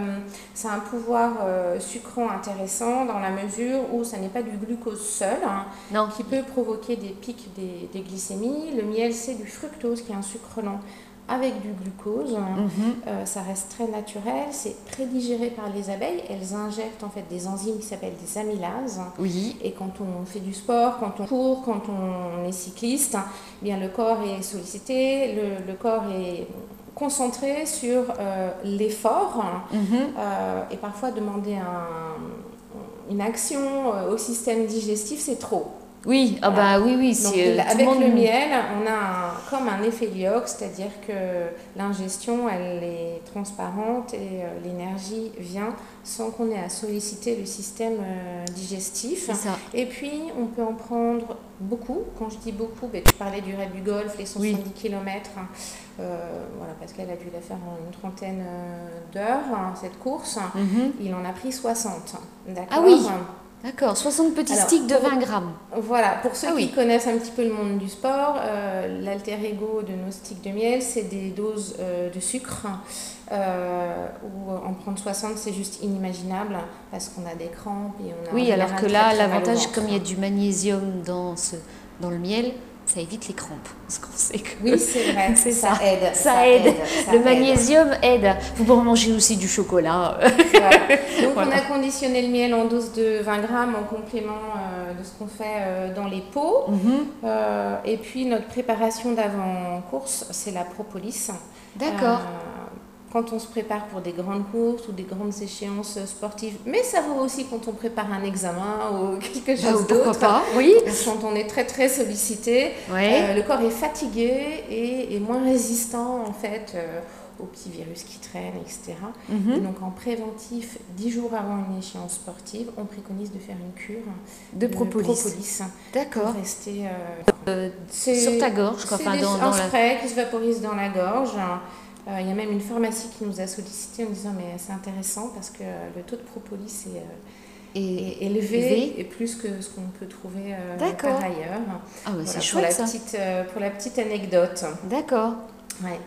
S2: ça a un pouvoir euh, sucrant intéressant dans la mesure où ça n'est pas du glucose seul hein,
S1: Non,
S2: qui peut provoquer des pics des, des glycémies. Le miel c'est du fructose qui est un sucre lent avec du glucose.
S1: Mhm.
S2: Euh, ça reste très naturel, c'est prédigéré par les abeilles. Elles injectent en fait des enzymes qui s'appellent des amylases.
S1: Oui.
S2: Et quand on fait du sport, quand on court, quand on est cycliste, eh bien le corps est sollicité, le, le corps est concentré sur euh, l'effort
S1: Mhm.
S2: euh, et parfois demander un- une action euh, au système digestif, c'est trop.
S1: Oui, ah bah oui, oui.
S2: Donc,
S1: c'est, euh,
S2: il-
S1: tout
S2: avec
S1: monde-
S2: le miel, on a un- comme un effet lyox, c'est-à-dire que l'ingestion, elle est transparente et euh, l'énergie vient sans qu'on ait à solliciter le système euh, digestif.
S1: C'est ça.
S2: Et puis, on peut en prendre beaucoup. Quand je dis beaucoup, ben, tu parlais du raid du golf, les 170 km. hein. Euh, voilà, Pascal a dû la faire en une trentaine euh, d'heures, hein, cette course.
S1: Mhm.
S2: Il en a pris 60. D'accord
S1: Ah oui. D'accord, 60 petits
S2: Alors,
S1: sticks de
S2: pour-
S1: 20 grammes.
S2: voilà, pour ceux
S1: Ah oui.
S2: qui connaissent un petit peu le monde du sport, euh, l'alter ego de nos sticks de miel, c'est des doses euh, de sucre. Euh, où en prendre 60, c'est juste inimaginable parce qu'on a des crampes et on a. en
S1: Oui, alors
S2: général
S1: que
S2: très,
S1: là,
S2: très mal au
S1: l'avantage,
S2: ventre.
S1: comme il y a du magnésium dans, ce, dans le miel, ça évite les crampes. Parce qu'on sait que
S2: Oui, c'est vrai,
S1: C'est
S2: ça,
S1: ça.
S2: aide.
S1: Ça aide.
S2: ça
S1: le
S2: aide.
S1: magnésium aide. Vous pouvez en manger aussi du chocolat. Euh,
S2: Voilà. Donc
S1: Voilà.
S2: on a conditionné le miel en dose de 20 grammes en complément euh, de ce qu'on fait euh, dans les pots.
S1: Mhm.
S2: Euh, et puis notre préparation d'avant-course, c'est la propolis.
S1: D'accord.
S2: Euh, quand on se prépare pour des grandes courses ou des grandes échéances sportives, mais ça vaut aussi quand on prépare un examen ou quelque
S1: Bah,
S2: chose
S1: pourquoi
S2: d'autre.
S1: pas Oui.
S2: Quand on est très très sollicité,
S1: Ouais.
S2: euh, le corps est fatigué et, et moins résistant en fait euh, aux petits virus qui traînent, etc.
S1: Mhm.
S2: Et donc en préventif, 10 jours avant une échéance sportive, on préconise de faire une cure
S1: De propolis.
S2: pour
S1: D'accord.
S2: rester euh,
S1: Euh,
S2: c'est-
S1: sur ta gorge, quoi.
S2: c'est
S1: Enfin,
S2: des-
S1: dans,
S2: un
S1: dans la...
S2: spray qui se vaporise dans la gorge. Euh, Il y a même une pharmacie qui nous a sollicité en disant mais c'est intéressant parce que le taux de propolis est, euh,
S1: Et...
S2: est élevé
S1: Élevé.
S2: et plus que ce qu'on peut trouver euh,
S1: D'accord.
S2: par ailleurs.
S1: Ah, bah,
S2: Voilà,
S1: c'est
S2: pour, la
S1: chouette, ça.
S2: petite, euh, pour la petite anecdote.
S1: D'accord.
S2: Ouais.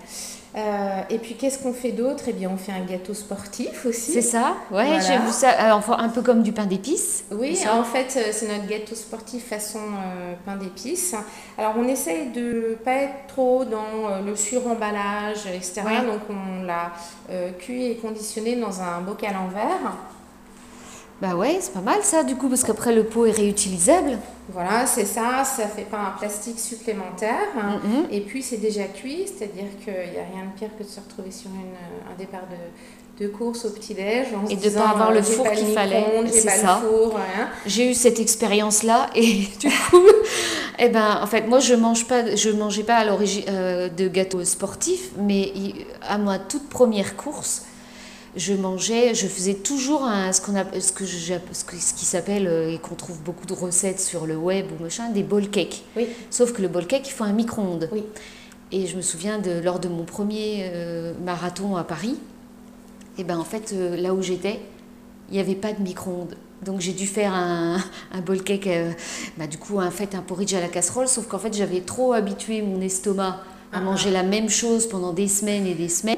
S2: Euh, et puis qu'est-ce qu'on fait d'autre Eh bien on fait un gâteau sportif aussi.
S1: C'est ça Ouais,
S2: Voilà.
S1: j'ai vu ça. Alors, enfin, un peu comme du pain d'épices.
S2: Oui,
S1: Ça.
S2: en fait, euh, c'est notre gâteau sportif façon euh, pain d'épices. Alors, on essaye de pas être trop dans euh, le suremballage, etc.
S1: Ouais.
S2: Donc, on l'a euh, cuit et conditionné dans un bocal en verre.
S1: Bah ouais, c'est pas mal ça, du coup, parce qu'après, le pot est réutilisable.
S2: Voilà, c'est ça, ça fait pas un plastique supplémentaire.
S1: Mhm.
S2: Et puis, c'est déjà cuit, c'est-à-dire qu'il n'y a rien de pire que de se retrouver sur une- euh, un départ de, de course au petit-déj. en se
S1: Et de pas
S2: disant,
S1: avoir
S2: euh,
S1: le
S2: j'ai
S1: four
S2: pas le
S1: qu'il fallait,
S2: micro-ondes, j'ai
S1: c'est
S2: pas
S1: ça.
S2: le four, hein.
S1: J'ai eu cette expérience-là et du coup, eh ben, en fait, moi, je mange pas, je mangeais pas à l'origine euh, de gâteaux sportifs, mais il- à ma toute première course, je mangeais, je faisais toujours un, ce qu'on appelle, ce que je- j'app- ce que- ce qui s'appelle euh, et qu'on trouve beaucoup de recettes sur le web ou machin, des bowl cakes.
S2: Oui.
S1: Sauf que le bowl cake, il faut un micro-ondes.
S2: Oui.
S1: Et je me souviens de lors de mon premier euh, marathon à Paris, et ben en fait euh, là où j'étais, il n'y avait pas de micro-ondes. Donc j'ai dû faire un, un bowl cake, euh, bah, du coup un fait un porridge à la casserole, sauf qu'en fait j'avais trop habitué mon estomac à
S2: Ah.
S1: manger la même chose pendant des semaines et des semaines.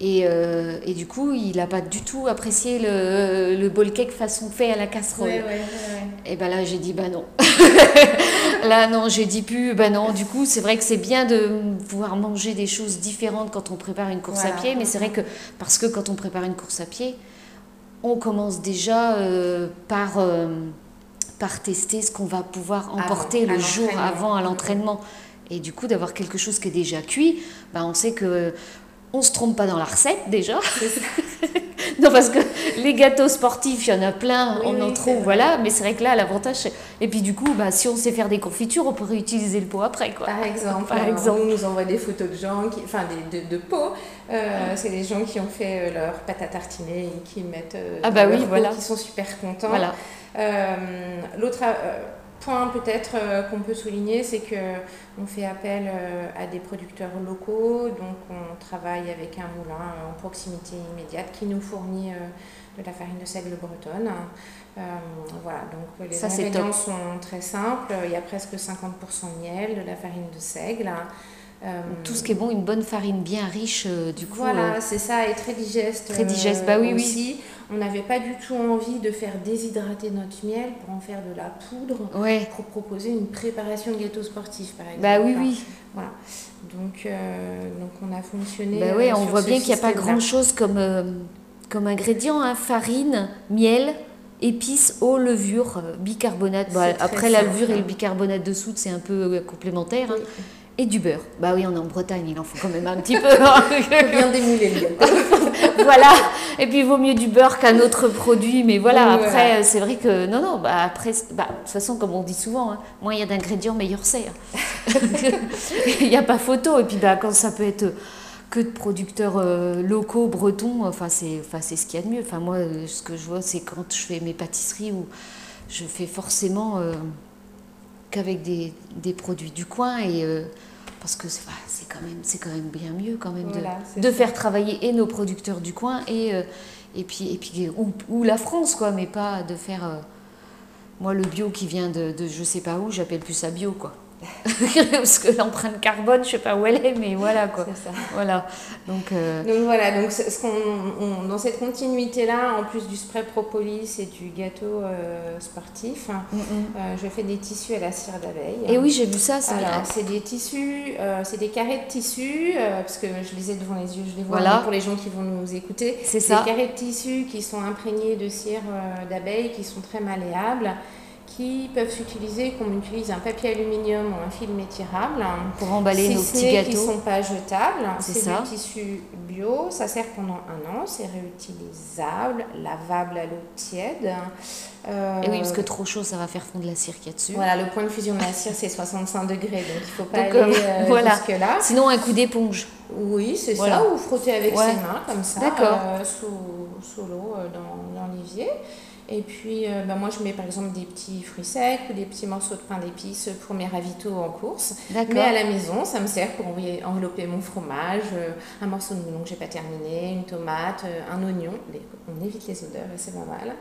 S1: Et, euh, et du coup, il n'a pas du tout apprécié le, euh, le bowl cake façon fait à la casserole.
S2: Ouais, ouais, ouais, ouais.
S1: Et ben là, j'ai dit bah non. là, non, j'ai dit plus bah non. Du coup, c'est vrai que c'est bien de pouvoir manger des choses différentes quand on prépare une course à
S2: Voilà.
S1: pied, mais c'est vrai que parce que quand on prépare une course à pied, on commence déjà euh, par euh, par tester ce qu'on va pouvoir emporter
S2: Avant, à
S1: le jour
S2: l'entraînement.
S1: avant à l'entraînement. Et du coup, d'avoir quelque chose qui est déjà cuit, bah, on sait que on se trompe pas dans la recette déjà. non, parce que les gâteaux sportifs, il y en a plein,
S2: Oui,
S1: on en
S2: oui,
S1: trouve,
S2: c'est
S1: voilà. Mais c'est vrai que là, l'avantage, c'est- et puis du coup, bah, si on sait faire des confitures, on peut réutiliser le pot après, quoi.
S2: Par exemple,
S1: Par
S2: alors,
S1: exemple.
S2: on nous envoie des photos de gens, qui, enfin des, de, de pots. Euh, c'est des gens qui ont fait euh, leur pâte à tartiner et qui mettent. euh,
S1: Ah bah
S2: dans
S1: oui,
S2: leur pot,
S1: voilà.
S2: Qui sont super contents.
S1: Voilà.
S2: Euh, L'autre euh, point peut-être euh, qu'on peut souligner, c'est que on fait appel euh, à des producteurs locaux, donc on travaille avec un moulin euh, en proximité immédiate qui nous fournit euh, de la farine de seigle bretonne. Euh, voilà, donc les
S1: Ça, c'est
S2: ingrédients
S1: top.
S2: sont très simples. Il y a presque 50% de miel, de la farine de seigle. Euh,
S1: Tout ce qui est bon, une bonne farine bien riche, euh, du coup.
S2: voilà,
S1: euh,
S2: c'est ça, et très digeste. euh,
S1: Très digeste, bah oui, oui.
S2: aussi. On n'avait pas du tout envie de faire déshydrater notre miel pour en faire de la poudre,
S1: ouais.
S2: pour proposer une préparation de gâteau sportif, par exemple.
S1: Bah oui, oui.
S2: Voilà. Donc, euh, donc on a fonctionné.
S1: Bah
S2: euh,
S1: ouais, on
S2: sur
S1: voit
S2: ce
S1: bien qu'il n'y a pas
S2: système-là.
S1: grand chose comme, euh, comme ingrédient hein. farine, miel, épices, eau, levure, euh, bicarbonate. Bah,
S2: C'est très
S1: après, la
S2: simple,
S1: levure et le
S2: hein.
S1: bicarbonate de soude, c'est un peu euh, complémentaire. hein.
S2: Oui.
S1: Et du beurre. Bah oui, on est en Bretagne, il en faut quand même un petit peu. hein.
S2: Bien démouler le gâteau.
S1: voilà. Et puis, il vaut mieux du beurre qu'un autre produit. Mais voilà,
S2: Oui,
S1: après,
S2: voilà.
S1: euh, c'est vrai que. Non, non, bah après, c'est- bah, de toute façon, comme on dit souvent, hein, moins il y a d'ingrédients, meilleur c'est. hein. Il n'y a pas photo. Et puis, bah, quand ça peut être que de producteurs euh, locaux, bretons, enfin, c'est enfin, c'est ce qu'il y a de mieux. Enfin, moi, euh, ce que je vois, c'est quand je fais mes pâtisseries où je fais forcément. euh, qu'avec des, des produits du coin et euh, parce que c'est bah, c'est quand même c'est quand même bien mieux quand même de-
S2: Voilà,
S1: de,
S2: c'est
S1: faire travailler et nos producteurs du coin et euh, et puis et puis ou, ou la France quoi mais pas de faire euh, moi le bio qui vient de, de je sais pas où j'appelle plus ça bio quoi parce que l'empreinte carbone je sais pas où elle est mais voilà quoi
S2: C'est ça.
S1: voilà donc euh,
S2: Donc voilà, donc ce ce qu'on, on- dans cette continuité-là, en plus du spray propolis et du gâteau euh, sportif, euh, je fais des tissus à la cire d'abeille.
S1: et oui j'ai vu ça ça
S2: Alors, c'est des tissus, euh, c'est des carrés de tissus, euh, parce que je les ai devant les yeux, je les vois
S1: Voilà.
S2: mais pour les gens qui vont nous écouter.
S1: C'est
S2: Des
S1: ça.
S2: carrés de tissus qui sont imprégnés de cire euh, d'abeille, qui sont très malléables, qui peuvent s'utiliser comme on utilise un papier aluminium ou un film étirable.
S1: pour emballer
S2: si
S1: nos
S2: ce
S1: petits
S2: n'est qu'ils
S1: gâteaux
S2: sont pas jetables.
S1: C'est
S2: C'est
S1: ça.
S2: du tissu bio, ça sert pendant un an, c'est réutilisable, lavable à l'eau tiède. Euh,
S1: et Eh oui parce que trop chaud ça va faire fondre la cire qu'il y a dessus
S2: voilà, le point de fusion de la cire, c'est 65 degrés, donc il faut pas
S1: Donc,
S2: aller
S1: euh,
S2: euh,
S1: voilà.
S2: jusque-là.
S1: sinon un coup d'éponge
S2: Oui, c'est
S1: Voilà.
S2: ça, ou frotter avec
S1: Ouais.
S2: ses mains, comme ça,
S1: D'accord.
S2: euh, sous, sous l'eau, euh, dans, dans l'évier. Et puis, euh, bah, moi, je mets par exemple des petits fruits secs ou des petits morceaux de pain d'épices pour mes ravitaux en course.
S1: D'accord.
S2: Mais à la maison, ça me sert pour envoyer- envelopper mon fromage, euh, un morceau de melon que j'ai pas terminé, une tomate, euh, un oignon. Mais On évite les odeurs et c'est pas mal.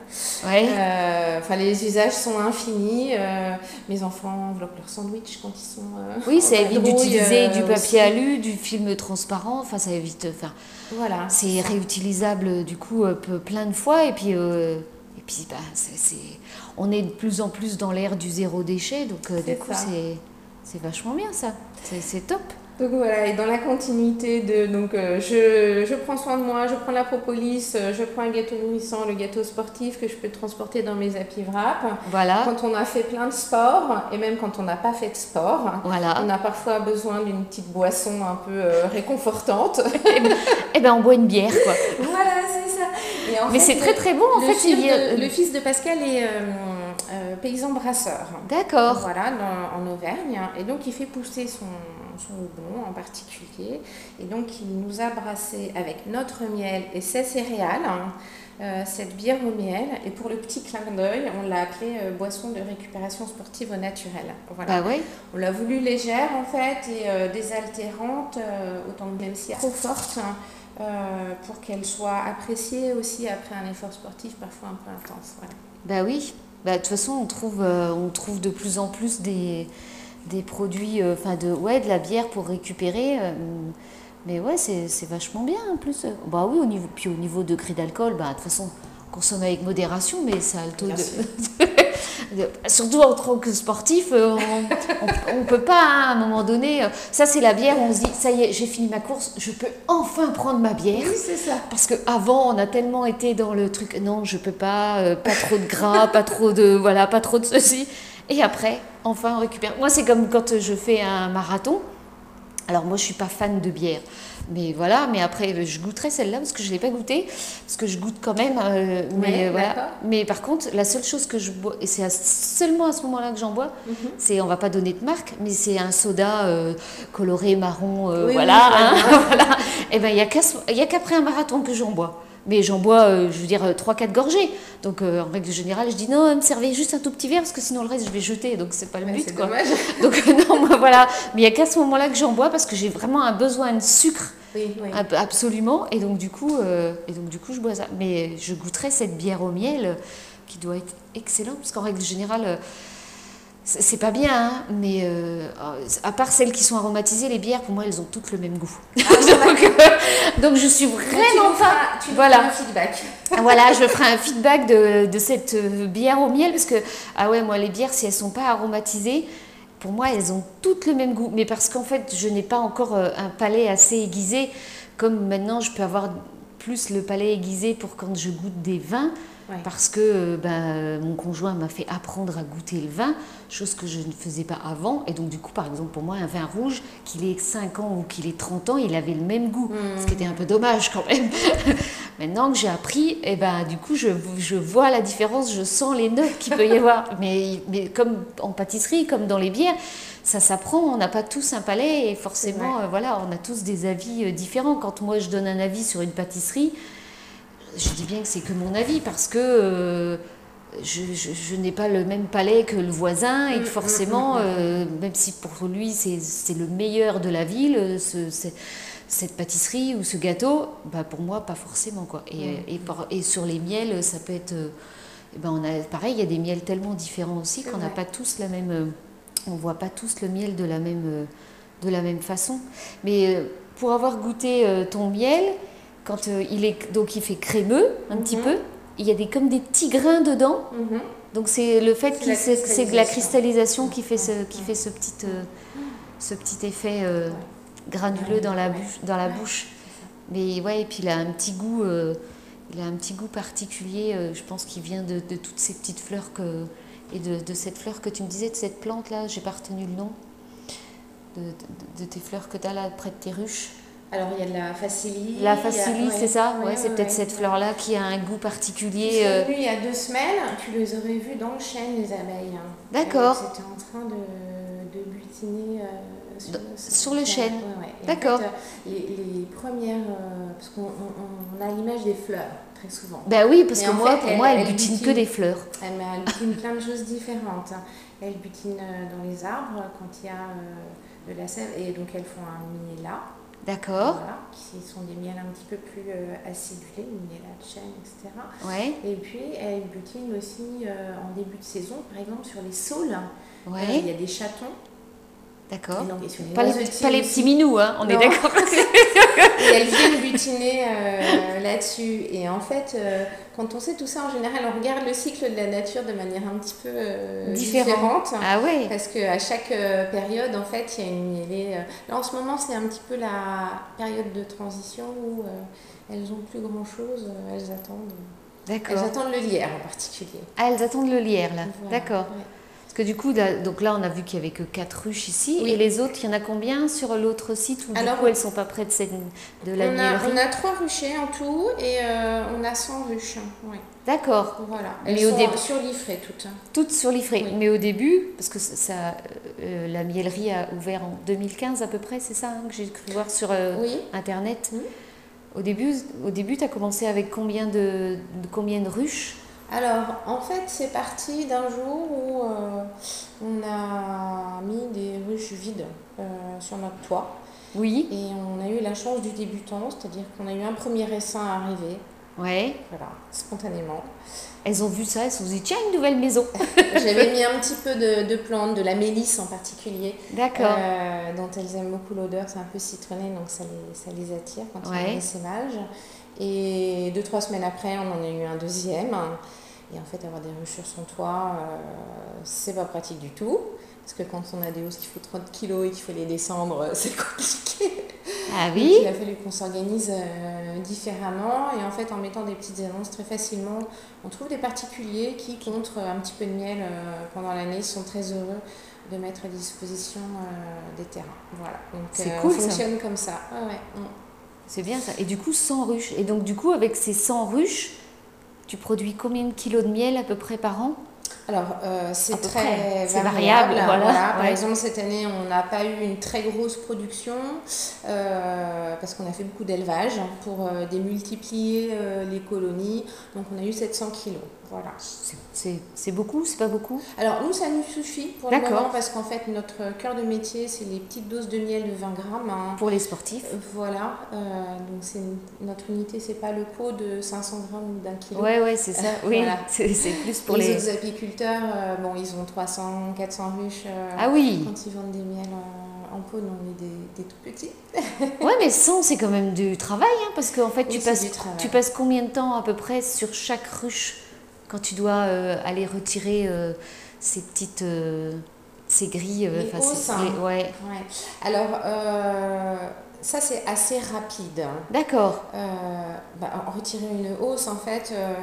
S1: Ouais.
S2: Euh, Enfin, les usages sont infinis. euh, mes enfants enveloppent leur sandwich quand ils sont. euh,
S1: Oui, ça
S2: en
S1: évite
S2: vadrouille,
S1: d'utiliser
S2: euh,
S1: du
S2: aussi.
S1: papier alu, du film transparent. Enfin, ça évite. euh, Enfin,
S2: Voilà.
S1: c'est réutilisable euh, du coup euh, peu- plein de fois. Et puis, euh, et puis, bah, c'est, c'est- on est de plus en plus dans l'ère du zéro déchet. Donc, euh, du
S2: C'est
S1: coup,
S2: ça.
S1: c'est, c'est vachement bien ça. C'est, c'est top.
S2: Donc voilà, et dans la continuité de. Donc euh, je, je prends soin de moi, je prends la propolis, euh, je prends un gâteau nourrissant, le gâteau sportif que je peux transporter dans mes happy wrap.
S1: Voilà,
S2: Quand on a fait plein de sport, et même quand on n'a pas fait de sport,
S1: voilà.
S2: on a parfois besoin d'une petite boisson un peu euh, réconfortante.
S1: Et ben, on boit une bière, quoi.
S2: voilà, c'est ça. Et en
S1: Mais
S2: fait,
S1: c'est très
S2: le-
S1: très bon. En
S2: le
S1: fait,
S2: fils
S1: il y a-
S2: de- le fils de Pascal est euh, euh, paysan brasseur.
S1: D'accord.
S2: Voilà, dans- en Auvergne. hein. Et donc, il fait pousser son, son houblon en particulier. Et donc, il nous a brassé avec notre miel et ses céréales, hein, euh, cette bière au miel. Et pour le petit clin d'œil, on l'a appelé euh, boisson de récupération sportive au naturel. Voilà.
S1: Bah ouais.
S2: On l'a voulu légère en fait et euh, désaltérante, euh, autant que même si trop forte, hein, euh, pour qu'elle soit appréciée aussi après un effort sportif parfois un peu intense. voilà.
S1: Bah oui, bah, de toute façon, on trouve, euh, on trouve de plus en plus des, des produits, euh, enfin de, ouais, de la bière pour récupérer. euh, mais ouais, c'est c'est vachement bien en plus. Bah oui, au niveau, puis au niveau degré d'alcool, bah, de toute façon, on consomme avec modération, mais ça a le taux
S2: Bien
S1: de.
S2: sûr.
S1: de- Surtout en tant que sportif, euh, on- on ne peut pas hein, à un moment donné. euh, Ça, c'est la bière, on se dit, ça y est, j'ai fini ma course, je peux enfin prendre ma bière.
S2: Oui, c'est ça.
S1: Parce que avant, on a tellement été dans le truc, non, je peux pas, euh, pas trop de gras, pas trop de, voilà, pas trop de ceci. Et après, enfin, on récupère. Moi, c'est comme quand je fais un marathon. Alors moi, je suis pas fan de bière, mais voilà. Mais après, je goûterai celle-là parce que je l'ai pas goûtée, parce que je goûte quand même. euh, mais
S2: Ouais,
S1: euh, voilà.
S2: d'accord.
S1: Mais par contre, la seule chose que je bois, et c'est à- seulement à ce moment-là que j'en bois,
S2: Mhm.
S1: c'est, on va pas donner de marque, mais c'est un soda euh, coloré marron, euh,
S2: Oui, oui,
S1: voilà.
S2: je vois
S1: hein, voilà. Et ben, il y a qu'à ce- il y a qu'après un marathon que j'en bois. Mais j'en bois, euh, je veux dire, 3-4 gorgées. Donc, euh, en règle générale, je dis non, me servez juste un tout petit verre parce que sinon le reste, je vais jeter. Donc, c'est pas le
S2: Ouais,
S1: but,
S2: c'est
S1: quoi. euh,
S2: dommage.
S1: Donc, non, moi, voilà. Mais il y a qu'à ce moment-là que j'en bois parce que j'ai vraiment un besoin de sucre.
S2: Oui, oui.
S1: Ab- Absolument. Et donc, du coup, euh, et donc, du coup, je bois ça. Mais je goûterai cette bière au miel euh, qui doit être excellente, parce qu'en règle générale, euh, c'est c'est pas bien, hein, mais euh, à part celles qui sont aromatisées, les bières, pour moi, elles ont toutes le même goût. donc, euh, donc, je suis vraiment
S2: tu
S1: pas.
S2: pas. Tu nous
S1: Voilà.
S2: feras un feedback.
S1: voilà, je ferai un feedback de, de cette euh, bière au miel parce que, ah ouais, moi, les bières, si elles sont pas aromatisées, pour moi, elles ont toutes le même goût. Mais parce qu'en fait, je n'ai pas encore euh, un palais assez aiguisé, comme maintenant, je peux avoir plus le palais aiguisé pour quand je goûte des vins.
S2: Ouais.
S1: Parce que euh, ben, euh, mon conjoint m'a fait apprendre à goûter le vin, chose que je ne faisais pas avant. Et donc, du coup, par exemple, pour moi, un vin rouge, qu'il ait 5 ans ou qu'il ait 30 ans, il avait le même goût. Ce qui était un peu dommage quand même. Maintenant que j'ai appris, eh ben, du coup, je, je vois la différence, je sens les notes qu'il peut y avoir. Mais, mais comme en pâtisserie, comme dans les bières, ça s'apprend, on n'a pas tous un palais et forcément, euh, voilà, on a tous des avis euh, différents. Quand moi, je donne un avis sur une pâtisserie, je dis bien que c'est que mon avis parce que euh, je, je- je n'ai pas le même palais que le voisin et que forcément, euh, même si pour lui c'est c'est le meilleur de la ville, euh, ce- c'est- cette pâtisserie ou ce gâteau, bah pour moi pas forcément quoi. Et, et par- et sur les miels, ça peut être, euh, eh ben on a pareil, il y a des miels tellement différents aussi qu'on n'a
S2: vrai.
S1: pas tous la même, euh, on voit pas tous le miel de la même, euh, de la même façon. Mais euh, pour avoir goûté euh, ton miel, quand euh, il est donc il fait crémeux un petit peu, il y a des comme des petits grains dedans.
S2: Mhm.
S1: Donc c'est le fait
S2: C'est
S1: que
S2: la
S1: c'est c'est de la cristallisation
S2: cristallisation.
S1: qui fait ce qui fait ce petit euh, ce petit effet euh, granuleux dans la
S2: Ouais.
S1: bouche dans la
S2: Ouais,
S1: bouche. Mais ouais et puis il a un petit goût euh, il a un petit goût particulier. euh, je pense qui vient de, de toutes ces petites fleurs que et de, de cette fleur que tu me disais de cette plante là. J'ai pas retenu le nom de, de- de tes fleurs que tu as là près de tes ruches.
S2: Alors, il y a de la facilie.
S1: La
S2: il y a-
S1: facilie,
S2: ouais.
S1: c'est ça Ouais,
S2: Ouais,
S1: c'est
S2: ouais,
S1: peut-être
S2: ouais.
S1: cette fleur-là qui a un goût
S2: Ils
S1: particulier.
S2: sont
S1: euh,
S2: venus il y a deux semaines, tu les aurais vus dans le chêne, les abeilles. hein.
S1: D'accord.
S2: Elles étaient en train de, de butiner euh, sur,
S1: Dans- sur le chêne.
S2: Ouais, ouais. Et en
S1: D'accord.
S2: fait, euh, les, les premières. euh, parce qu'on on- on a l'image des fleurs, très souvent.
S1: Bah oui, parce
S2: Mais
S1: que
S2: en
S1: moi,
S2: fait,
S1: pour
S2: elle-
S1: moi, elle,
S2: elle
S1: butine,
S2: butine.
S1: que des fleurs.
S2: Elle, mais elle butine plein de choses différentes. hein. Elle butine euh, dans les arbres quand il y a euh, de la sève et donc elles font un minéla,
S1: D'accord.
S2: voilà, qui sont des miels un petit peu plus euh, acidulés, minéla de chêne, etc.
S1: Ouais.
S2: Et puis elle butine aussi euh, en début de saison, par exemple sur les saules. Euh,
S1: Ouais.
S2: Il y a des chatons.
S1: D'accord.
S2: Et donc, et sur les
S1: Pas les,
S2: noisetiers
S1: pas les
S2: aussi.
S1: petits minous, hein, on est
S2: Non.
S1: d'accord.
S2: Et elles viennent butiner euh, là-dessus. Et en fait, euh, quand on sait tout ça, en général, on regarde le cycle de la nature de manière un petit peu euh,
S1: Différent.
S2: différente.
S1: ah ouais.
S2: Parce qu'à chaque euh, période, en fait, il y a une mêlée. euh, Là, en ce moment, c'est un petit peu la période de transition où euh, elles ont plus grand-chose. euh, Elles attendent. Elles
S1: D'accord.
S2: attendent le lierre en particulier.
S1: Ah, elles attendent le lierre, là.
S2: Voilà.
S1: D'accord.
S2: Ouais.
S1: Parce que du coup, là, donc là, on a vu qu'il y avait que quatre ruches ici.
S2: Oui.
S1: Et les autres, il y en a combien sur l'autre site où
S2: Alors-
S1: du coup, elles sont pas près de, cette, de la
S2: On a,
S1: miellerie
S2: on a trois ruchers en tout et euh, on a 100 ruches. hein, Ouais.
S1: D'accord.
S2: Voilà.
S1: Mais
S2: Elles
S1: au
S2: sont
S1: début-
S2: sur l'Ifré toutes. hein.
S1: Toutes sur l'Ifré.
S2: Oui.
S1: Mais au début, parce que ça, ça, euh, la miellerie a ouvert en 2015 à peu près, c'est ça hein, que j'ai cru voir sur euh,
S2: Oui.
S1: Internet.
S2: Oui.
S1: Au début, au début tu as commencé avec combien de, de- combien de ruches
S2: Alors, en fait, c'est parti d'un jour où euh, on a mis des ruches vides euh, sur notre toit.
S1: Oui.
S2: Et on a eu la chance du débutant, c'est-à-dire qu'on a eu un premier essaim arrivé,
S1: Ouais.
S2: voilà, spontanément.
S1: Elles ont vu ça, elles se sont dit tiens, une nouvelle maison.
S2: J'avais mis un petit peu de, de plantes, de la mélisse en particulier,
S1: D'accord.
S2: euh, dont elles aiment beaucoup l'odeur, c'est un peu citronné, donc ça les, ça les attire quand on
S1: Ouais.
S2: a des cémages. Et deux, trois semaines après, on en a eu un deuxième. Et en fait, avoir des ruches sur son toit, euh, c'est pas pratique du tout. Parce que quand on a des hausses qui font 30 kilos et qu'il faut les descendre, euh, c'est compliqué.
S1: Ah
S2: Donc,
S1: oui.
S2: il a fallu qu'on s'organise euh, différemment et en fait en mettant des petites annonces très facilement, on trouve des particuliers qui, contre un petit peu de miel euh, pendant l'année, sont très heureux de mettre à disposition euh, des terrains. Voilà, donc
S1: C'est
S2: euh,
S1: cool, ça.
S2: on fonctionne comme ça. Ouais, ouais. Mm.
S1: C'est bien ça. Et du coup, 100 ruches. Et donc, du coup, avec ces 100 ruches, tu produis combien de kilos de miel à peu près par an
S2: Alors, euh, c'est
S1: peu
S2: très
S1: près. C'est
S2: variable.
S1: variable, voilà,
S2: Par
S1: ouais.
S2: exemple, cette année, on n'a pas eu une très grosse production euh, parce qu'on a fait beaucoup d'élevage pour euh, démultiplier euh, les colonies. Donc, on a eu 700 kilos. Voilà.
S1: C'est- C'est c'est beaucoup, c'est pas beaucoup
S2: Alors, nous, ça nous suffit pour le
S1: D'accord.
S2: moment parce qu'en fait, notre cœur de métier, c'est les petites doses de miel de 20 grammes. hein.
S1: Pour les sportifs
S2: Voilà, euh, donc c'est notre unité, c'est pas le pot de 500 grammes ou d'un kilo.
S1: Ouais, ouais, c'est ça. Oui,
S2: Voilà.
S1: c'est c'est plus pour
S2: les,
S1: les.
S2: autres apiculteurs, euh, bon, ils ont 300, 400 ruches. euh,
S1: Ah oui
S2: Quand ils vendent des miels euh, en pot, nous, on est des, des tout petits.
S1: Ouais, mais 100, c'est quand même du travail, hein, parce qu'en fait, tu
S2: Oui, c'est
S1: passes,
S2: du travail.
S1: tu passes combien de temps à peu près sur chaque ruche quand tu dois euh, aller retirer euh, ces petites. euh, ces grilles. euh,
S2: Les
S1: enfin, ces-
S2: hausses, hein.
S1: les- ouais.
S2: Ouais. Alors, euh, ça, c'est assez rapide. hein.
S1: D'accord.
S2: Euh, bah, en retirer une hausse, en fait, euh,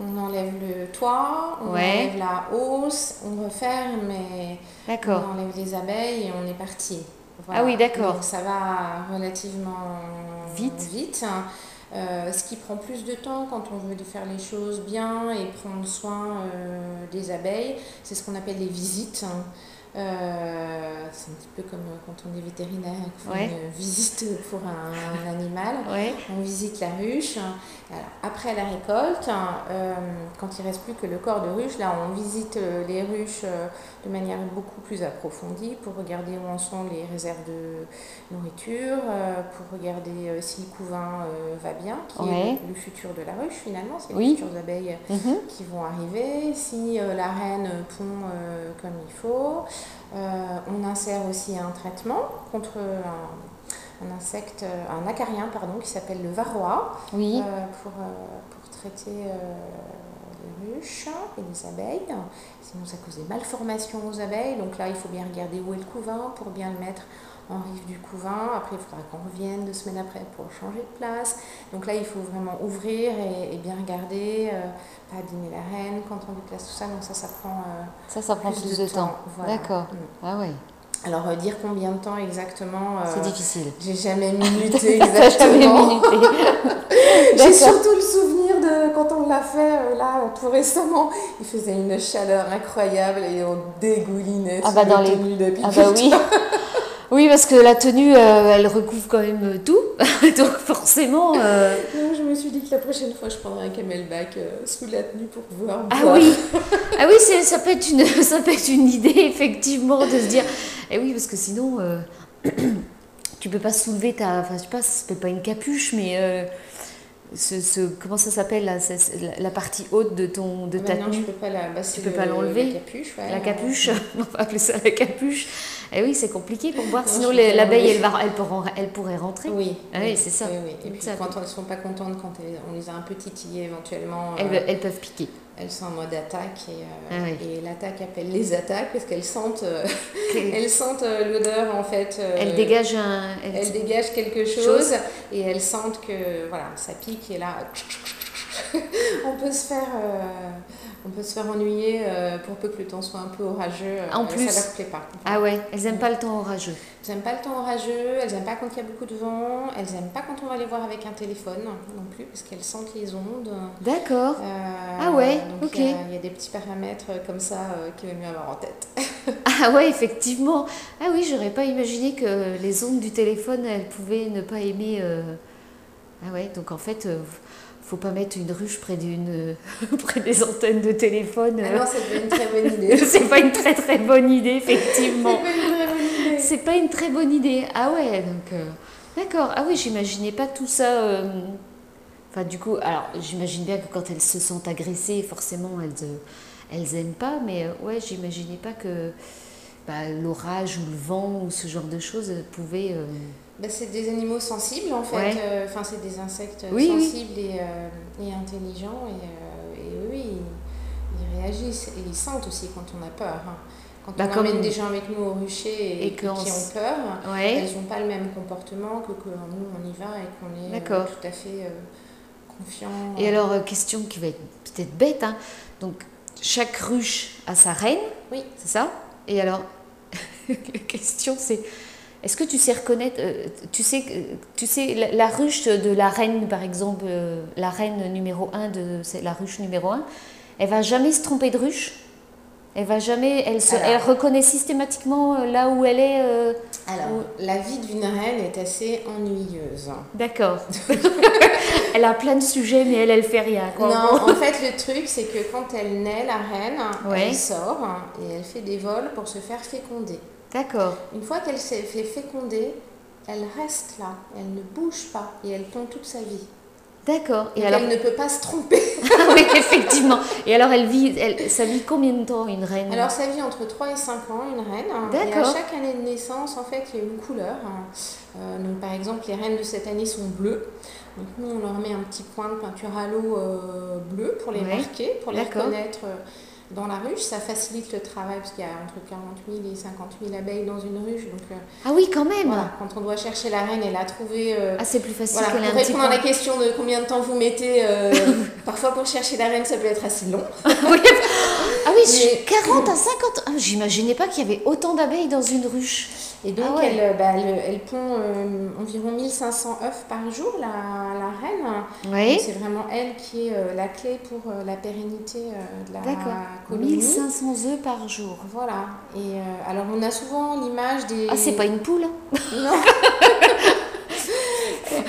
S2: on enlève le toit, on
S1: Ouais.
S2: enlève la hausse, on referme et
S1: D'accord.
S2: on enlève les abeilles et on est parti.
S1: Ah oui, d'accord.
S2: Donc, ça va relativement
S1: Vite.
S2: vite. Euh, ce qui prend plus de temps quand on veut faire les choses bien et prendre soin euh, des abeilles, c'est ce qu'on appelle les visites. hein. Euh, c'est un petit peu comme euh, quand on est vétérinaire et qu'on fait
S1: Ouais.
S2: une visite pour un- un animal.
S1: Ouais.
S2: On visite la ruche. Alors, après la récolte, euh, quand il reste plus que le corps de ruche, là on visite euh, les ruches euh, de manière beaucoup plus approfondie pour regarder où en sont les réserves de nourriture, euh, pour regarder euh, si le couvain euh, va bien, qui
S1: Ouais.
S2: est le- le futur de la ruche finalement, c'est
S1: Oui.
S2: les futures abeilles
S1: Mhm.
S2: qui vont arriver, si euh, la reine pond euh, comme il faut. Euh, on insère aussi un traitement contre un, un insecte, euh, un acarien pardon, qui s'appelle le varroa
S1: Oui.
S2: euh, pour, euh, pour traiter euh, les ruches et les abeilles. Sinon ça cause des malformations aux abeilles, donc là il faut bien regarder où est le couvain pour bien le mettre en rive du couvain. Après il faudra qu'on revienne deux semaines après pour changer de place. Donc là il faut vraiment ouvrir et, et bien regarder. euh, pas abîmer la reine quand on déplace tout ça, donc ça, ça prend euh,
S1: Ça, ça prend plus, de, temps.
S2: voilà.
S1: D'accord.
S2: Mm.
S1: Ah ouais.
S2: Alors, euh, dire combien de temps exactement euh,
S1: C'est difficile.
S2: J'ai jamais minuté
S1: Ça, je t'avais
S2: exactement.
S1: minuté.
S2: J'ai surtout le souvenir de quand on l'a fait, euh, là, tout récemment. Il faisait une chaleur incroyable et on dégoulinait
S1: Ah
S2: sous
S1: bah, dans
S2: les
S1: les-
S2: tenues
S1: Ah bah
S2: d'apiculteur.
S1: oui. Oui, parce que la tenue, euh, elle recouvre quand même euh, tout. Donc forcément. euh,
S2: Donc, je me suis dit que la prochaine fois, je prendrai un camelback euh, sous la tenue pour pouvoir
S1: Ah
S2: boire.
S1: oui, ah oui, c'est- ça peut être une, ça peut être une idée effectivement de se dire, eh oui, parce que sinon, euh, tu peux pas soulever ta, enfin, je sais pas, c'est pas une capuche, mais euh, ce, ce- comment ça s'appelle là, c'est- c'est la, la partie haute de ton, de
S2: Ah
S1: ta
S2: bah non, je
S1: tenue,
S2: peux pas la bah, c'est
S1: peux
S2: le-
S1: pas l'enlever.
S2: La capuche, ouais.
S1: la capuche, on va appeler ça la capuche. Eh oui, c'est compliqué pour boire.
S2: Non,
S1: Sinon,
S2: je peux
S1: les-
S2: pas
S1: l'abeille,
S2: l'enlever.
S1: elle, va- elle, pourra- elle pourrait rentrer.
S2: Oui,
S1: Ah oui, c'est ça.
S2: Oui, oui. Et puis
S1: Ça,
S2: quand
S1: oui.
S2: elles ne sont pas contentes, quand elles- on les a un peu titillées éventuellement,
S1: Elles,
S2: euh,
S1: elles peuvent piquer.
S2: elles sont en mode attaque et, euh,
S1: Ah oui.
S2: et l'attaque appelle les attaques parce qu'elles sentent, euh,
S1: Elles,
S2: elles sentent euh, l'odeur en fait. euh,
S1: dégagent un. elles-
S2: Elles dégagent quelque chose, et elles sentent que voilà, ça pique et là on peut se faire euh, on peut se faire ennuyer euh, pour peu que le temps soit un peu orageux. euh,
S1: En plus.
S2: ça leur plaît pas.
S1: Ah ouais, elles aiment pas le temps orageux.
S2: Elles n'aiment pas le temps orageux, elles n'aiment pas quand il y a beaucoup de vent, elles n'aiment pas quand on va les voir avec un téléphone non plus, parce qu'elles sentent les ondes.
S1: D'accord.
S2: Euh,
S1: Ah ouais,
S2: donc
S1: ok.
S2: Il y a- il y, a des petits paramètres euh, comme ça euh, qu'il vaut mieux avoir en tête.
S1: Ah ouais, effectivement. Ah oui, j'aurais pas imaginé que les ondes du téléphone, elles pouvaient ne pas aimer. euh, Ah ouais, donc en fait, euh, faut pas mettre une ruche près d'une, près des antennes de téléphone.
S2: Ah
S1: euh.
S2: non, c'est une très bonne idée. C'est
S1: C'est pas une très très bonne idée, effectivement.
S2: pas une très bonne idée.
S1: C'est pas une très bonne idée. Ah ouais, donc. euh, D'accord. Ah oui, j'imaginais pas tout ça. euh, Enfin, du coup, alors j'imagine bien que quand elles se sentent agressées, forcément, elles, euh, elles aiment pas. Mais euh, ouais, j'imaginais pas que bah, l'orage ou le vent ou ce genre de choses euh, pouvaient. euh,
S2: Bah, c'est des animaux sensibles en fait,
S1: Ouais.
S2: Euh, enfin c'est des insectes
S1: Oui, oui.
S2: sensibles Et, euh, et intelligents et, euh, et eux ils, ils réagissent et ils sentent aussi quand on a peur. hein. Quand
S1: Bah,
S2: on
S1: comme-
S2: emmène des gens avec nous au rucher et,
S1: Et
S2: que-
S1: qu'on
S2: qui
S1: s-
S2: ont peur,
S1: Ouais.
S2: elles n'ont pas le même comportement que quand nous on y va et qu'on est euh,
S1: D'accord.
S2: tout à fait confiant.
S1: Et alors, euh, question qui va être peut-être bête. hein. Donc, chaque ruche a sa reine.
S2: Oui.
S1: C'est ça Et alors, la question c'est, est-ce que tu sais reconnaître, euh, tu sais, que- tu sais la, la ruche de la reine, par exemple, euh, la reine numéro 1 de c'est la ruche numéro 1, elle va jamais se tromper de ruche Elle va jamais, elle, se,
S2: Alors-
S1: elle reconnaît systématiquement euh, là où elle est. euh,
S2: Alors, la vie d'une reine est assez ennuyeuse.
S1: D'accord. elle a plein de sujets, mais elle, elle fait rien. quoi.
S2: Non, en fait, le truc, c'est que quand elle naît, la reine,
S1: Ouais.
S2: elle sort et elle fait des vols pour se faire féconder.
S1: D'accord.
S2: Une fois qu'elle s'est fait féconder, elle reste là, elle ne bouge pas et elle tombe toute sa vie.
S1: D'accord. Et
S2: Et
S1: alors,
S2: elle ne peut pas se tromper.
S1: Ah oui, effectivement. Et alors, elle vit, elle, ça vit combien de temps une reine
S2: Alors, sa vie entre 3 et 5 ans, une reine. Et à
S1: D'accord.
S2: chaque année de naissance, en fait, il y a une couleur. Euh, donc, par exemple, les reines de cette année sont bleues. Donc, nous, on leur met un petit point de peinture à l'eau euh, bleue pour les
S1: Ouais.
S2: marquer, pour les
S1: D'accord.
S2: reconnaître euh, dans la ruche. Ça facilite le travail parce qu'il y a entre 40 000 et 50 000 abeilles dans une ruche. Donc, euh,
S1: Ah oui, quand même.
S2: voilà, quand on doit chercher la reine et la trouver. euh,
S1: Ah, c'est plus facile
S2: Voilà,
S1: qu'elle ait
S2: pour
S1: un petit
S2: répondre à la
S1: coin.
S2: question de combien de temps vous mettez, euh, parfois pour chercher la reine, ça peut être assez long.
S1: Oui. Ah oui, je-
S2: Mais-
S1: 40 à 50. Ah, J'imaginais pas qu'il y avait autant d'abeilles dans une ruche.
S2: Et donc,
S1: Ah ouais.
S2: elle, euh, bah, elle, elle pond euh, environ 1500 œufs par jour, la, la reine.
S1: Oui.
S2: Donc, C'est vraiment elle qui est euh, la clé pour euh, la pérennité euh, de la
S1: D'accord.
S2: colonie.
S1: 1500 œufs par jour.
S2: Voilà. Et euh, alors, on a souvent l'image des.
S1: Ah, c'est pas une poule
S2: Non.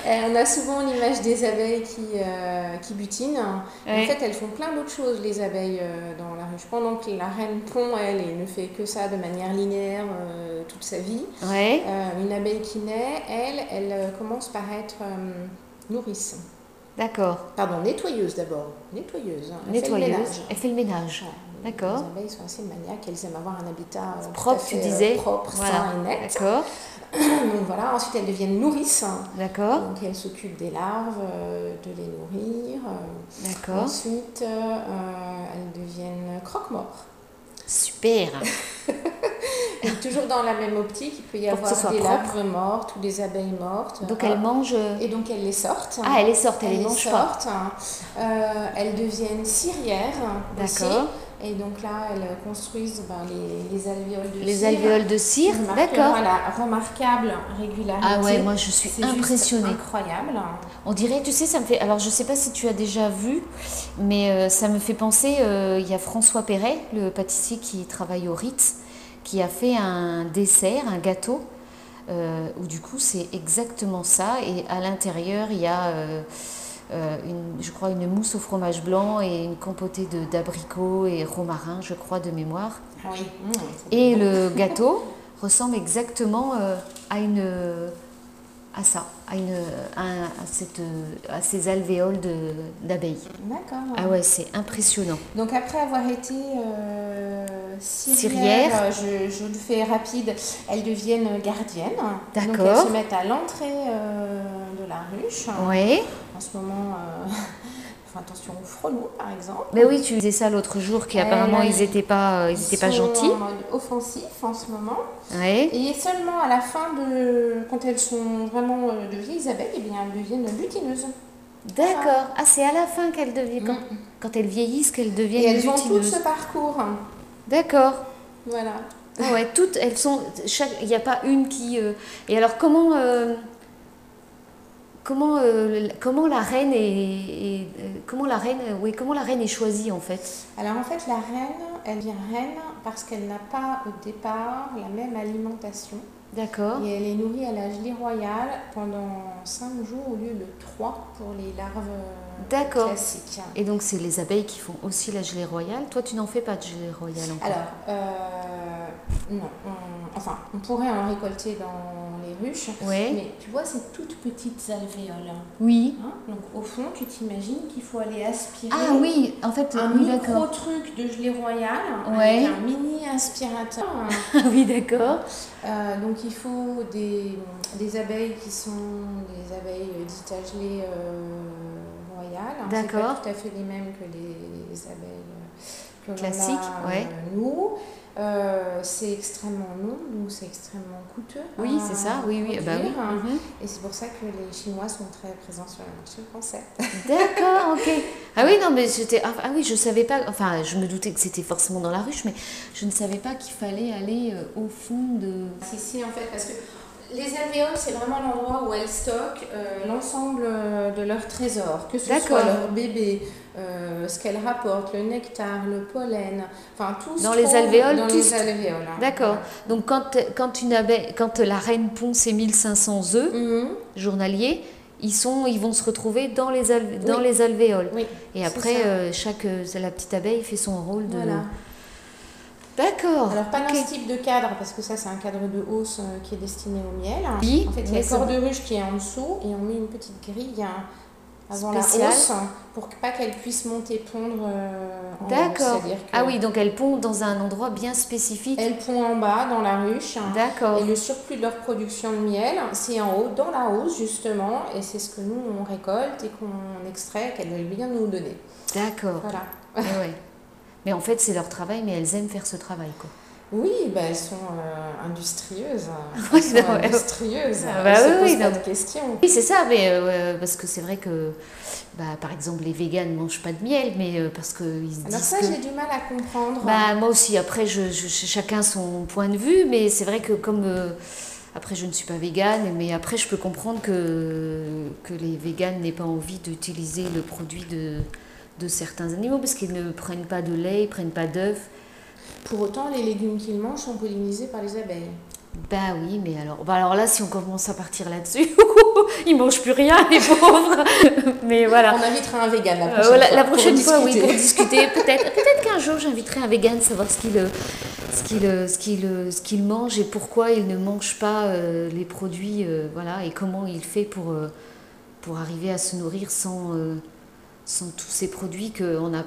S2: Euh, on a souvent l'image des abeilles qui, euh, qui butinent. En
S1: Ouais.
S2: fait, elles font plein d'autres choses, les abeilles, euh, dans la ruche. Pendant que la reine pond, elle, et ne fait que ça de manière linéaire euh, toute sa vie.
S1: Ouais.
S2: Euh, une abeille qui naît, elle, elle euh, commence par être euh, nourrice.
S1: D'accord.
S2: Pardon, nettoyeuse d'abord. Nettoyeuse. hein. Elle fait le
S1: Nettoyeuse.
S2: ménage.
S1: Elle fait le ménage.
S2: Ouais.
S1: D'accord.
S2: Les abeilles sont assez maniaques, elles aiment avoir un habitat euh, tout
S1: Propre,
S2: à
S1: tu
S2: fait, euh,
S1: disais.
S2: propre,
S1: Voilà.
S2: sain et net.
S1: D'accord.
S2: Donc voilà, ensuite elles deviennent nourrices.
S1: D'accord.
S2: Donc elles s'occupent des larves, euh, de les nourrir. euh.
S1: D'accord.
S2: Ensuite, euh, euh, elles deviennent croque-morts.
S1: Super.
S2: Et toujours dans la même optique, il peut y
S1: Ah. Pour que ce
S2: avoir
S1: soit
S2: des
S1: propre.
S2: larves mortes ou des abeilles mortes.
S1: Donc
S2: Ah.
S1: elle mange. euh,
S2: Et donc elles les sortent.
S1: Ah, elle les sort, elle
S2: Elles
S1: les
S2: les
S1: mange pas.
S2: sortent. hein. Euh, elles deviennent cirières. aussi.
S1: D'accord.
S2: Et donc là, elles construisent ben, les, les alvéoles de
S1: Les
S2: cire.
S1: alvéoles de cire.
S2: On remarquera
S1: D'accord.
S2: la remarquable régularité.
S1: Ah ouais, moi je suis
S2: C'est juste
S1: impressionnée.
S2: incroyable.
S1: On dirait, tu sais, ça me fait. Alors, je sais pas si tu as déjà vu, mais euh, ça me fait penser. euh, Il y a François Perret, le pâtissier qui travaille au Ritz, qui a fait un dessert, un gâteau, euh, où du coup, c'est exactement ça. Et à l'intérieur, il y a, euh, euh, une, je crois, une mousse au fromage blanc et une compotée de- d'abricots et romarin, je crois, de mémoire.
S2: Oui. Mmh, c'est
S1: Et le gâteau ressemble exactement euh, à une à ça, à une à, à cette euh, à ces alvéoles de d'abeilles.
S2: D'accord.
S1: Ah ouais, c'est impressionnant.
S2: Donc après avoir été euh,
S1: Cirière.
S2: cirière, euh, je, je le fais rapide, elles deviennent gardiennes. Donc
S1: D'accord.
S2: elles se mettent à l'entrée euh, de la ruche.
S1: Ouais.
S2: En ce moment, euh, font attention aux frelons par exemple.
S1: Mais oui, tu disais ça l'autre jour qu'apparemment
S2: Ouais.
S1: ils étaient pas euh, ils étaient pas
S2: sont euh,
S1: gentils.
S2: en mode offensif en ce moment.
S1: Ouais.
S2: Et seulement à la fin de. quand elles sont vraiment euh, de vieilles abeilles, eh bien elles deviennent butineuses.
S1: D'accord. Ah, c'est à la fin qu'elles deviennent quand, quand elles vieillissent qu'elles
S2: Mm. Et,
S1: deviennent
S2: elles vont tout
S1: butineuses.
S2: ce parcours.
S1: D'accord.
S2: Voilà.
S1: Ah ouais, toutes elles sont chaque il n'y a pas une qui euh, et alors comment euh, comment euh, la- comment la reine est, est- euh, comment la reine euh, oui, comment la reine est choisie en fait.
S2: Alors en fait, la reine, elle vient reine parce qu'elle n'a pas au départ la même alimentation.
S1: D'accord.
S2: Et elle est nourrie à l'âge lait royal pendant 5 jours au lieu de 3 pour les larves euh,
S1: D'accord.
S2: classiques.
S1: Et donc c'est les abeilles qui font aussi la gelée royale. Toi tu n'en fais pas de gelée royale encore.
S2: Alors, euh, non, on- enfin, on pourrait en récolter dans les ruches.
S1: Ouais.
S2: Mais tu vois, c'est toutes petites alvéoles.
S1: Oui.
S2: hein. Donc au fond, tu t'imagines qu'il faut aller aspirer
S1: Ah oui, en fait
S2: un
S1: oui
S2: micro
S1: d'accord.
S2: truc de gelée royale
S1: Ouais.
S2: avec un mini aspirateur.
S1: Ah oui d'accord.
S2: Euh, donc il faut des, des abeilles qui sont des abeilles dites à gelée euh, royale. hein. C'est
S1: D'accord.
S2: pas tout à fait les mêmes que les, les abeilles euh, que l'on a,
S1: Classiques,
S2: euh,
S1: ouais.
S2: nous. Euh, c'est extrêmement long, donc c'est extrêmement coûteux. hein,
S1: Oui,
S2: à
S1: c'est ça. Oui oui, bah oui.
S2: produire, hein.
S1: Mhm.
S2: Et c'est pour ça que les Chinois sont très présents sur le marché français.
S1: D'accord, ok. Ah oui, non, mais j'étais. Ah, ah oui, je savais pas. Enfin, je me doutais que c'était forcément dans la ruche, mais je ne savais pas qu'il fallait aller euh, au fond de.
S2: Si, si, en fait, parce que Les alvéoles, c'est vraiment l'endroit où elles stockent euh, l'ensemble euh, de leurs trésors, que ce
S1: D'accord.
S2: soit leur bébé, euh, ce qu'elles rapportent, le nectar, le pollen, enfin tout ce
S1: Dans les
S2: qu'on-
S1: alvéoles,
S2: Dans
S1: tout
S2: les
S1: ce-
S2: alvéoles. hein.
S1: D'accord. Donc quand, quand, une abeille, quand la reine pond ses 1500 œufs
S2: Mhm.
S1: journaliers, ils, sont, ils vont se retrouver dans les, alv- dans les alvéoles.
S2: Oui.
S1: Et
S2: c'est
S1: après,
S2: ça.
S1: euh, chaque, euh, la petite abeille fait son rôle de...
S2: Voilà.
S1: D'accord.
S2: Alors pas
S1: Ok.
S2: dans ce type de cadre parce que ça c'est un cadre de hausse euh, qui est destiné au miel.
S1: Oui,
S2: en fait il y
S1: mais
S2: a le
S1: ça-
S2: corps de ruche qui est en dessous et on met une petite grille hein, avant
S1: Spéciale.
S2: la hausse pour que pas qu'elle puisse monter pondre euh, en haut.
S1: D'accord.
S2: C'est-à-dire que
S1: Ah oui, donc elle pond dans un endroit bien spécifique.
S2: elles pondent en bas dans la ruche. hein,
S1: D'accord.
S2: Et le surplus de leur production de miel, c'est en haut, dans la hausse justement, et c'est ce que nous on récolte et qu'on extrait, qu'elles veulent bien nous donner.
S1: D'accord.
S2: Voilà.
S1: Ouais, ouais. Mais en fait, c'est leur travail, mais elles aiment faire ce travail. Quoi.
S2: Oui, bah, elles sont euh, industrieuses.
S1: Oui,
S2: Elles sont
S1: non, ouais.
S2: industrieuses.
S1: Ah, bah
S2: elles
S1: oui,
S2: se posent
S1: oui,
S2: pas
S1: non.
S2: de questions.
S1: Oui, c'est ça, mais euh, ouais, parce que c'est vrai que, bah, par exemple, les véganes ne mangent pas de miel, mais euh, parce qu'ils se
S2: Alors
S1: disent
S2: ça,
S1: que...
S2: j'ai du mal à comprendre.
S1: Bah, moi aussi, après, je, je- chacun son point de vue, mais c'est vrai que comme... euh, après, je ne suis pas végane, mais après, je peux comprendre que, que les véganes n'aient pas envie d'utiliser le produit de, de certains animaux, parce qu'ils ne prennent pas de lait, ils prennent pas d'œufs.
S2: Pour autant, les légumes qu'ils mangent sont pollinisés par les abeilles.
S1: Bah oui, mais alors, bah alors là, si on commence à partir là-dessus, ils mangent plus rien, les pauvres. mais voilà.
S2: On invitera un vegan la
S1: Euh,
S2: prochaine
S1: voilà,
S2: fois.
S1: la
S2: pour
S1: prochaine fois, oui,
S2: discuter.
S1: pour discuter. Peut-être peut qu'un jour, j'inviterai un vegan savoir ce qu'il euh, ce qu'il, euh, ce qu'il, euh, ce qu'il mange et pourquoi il ne mange pas euh, les produits, euh, voilà, et comment il fait pour, euh, pour arriver à se nourrir sans, euh, sans tous ces produits que on a,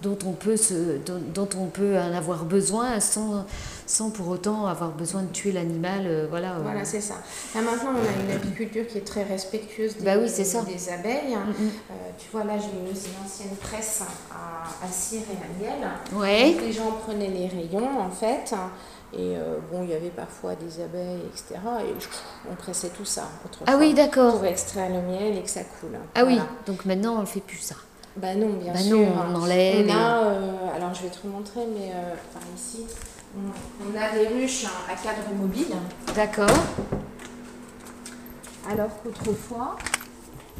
S1: dont, on peut se, dont, dont on peut en avoir besoin sans, sans pour autant avoir besoin de tuer l'animal. euh, voilà, euh.
S2: Voilà, c'est ça. Là maintenant, on a une apiculture qui est très respectueuse des,
S1: Bah oui, c'est ça.
S2: des abeilles.
S1: Mhm.
S2: Euh, tu vois, là, j'ai mis une ancienne presse à, à cire et à miel.
S1: Ouais.
S2: Donc, Les gens prenaient les rayons, en fait. Et euh, bon, il y avait parfois des abeilles, etc. Et on pressait tout ça autrefois.
S1: Ah oui, d'accord.
S2: Pour extraire le miel et que ça coule.
S1: Ah oui,
S2: Voilà.
S1: donc maintenant on ne fait plus ça.
S2: Bah non, bien
S1: Bah
S2: sûr.
S1: non, on enlève.
S2: On a, euh, alors je vais te le montrer, mais euh, par ici, on, on a des ruches hein, à cadre mobile.
S1: D'accord.
S2: Alors qu'autrefois,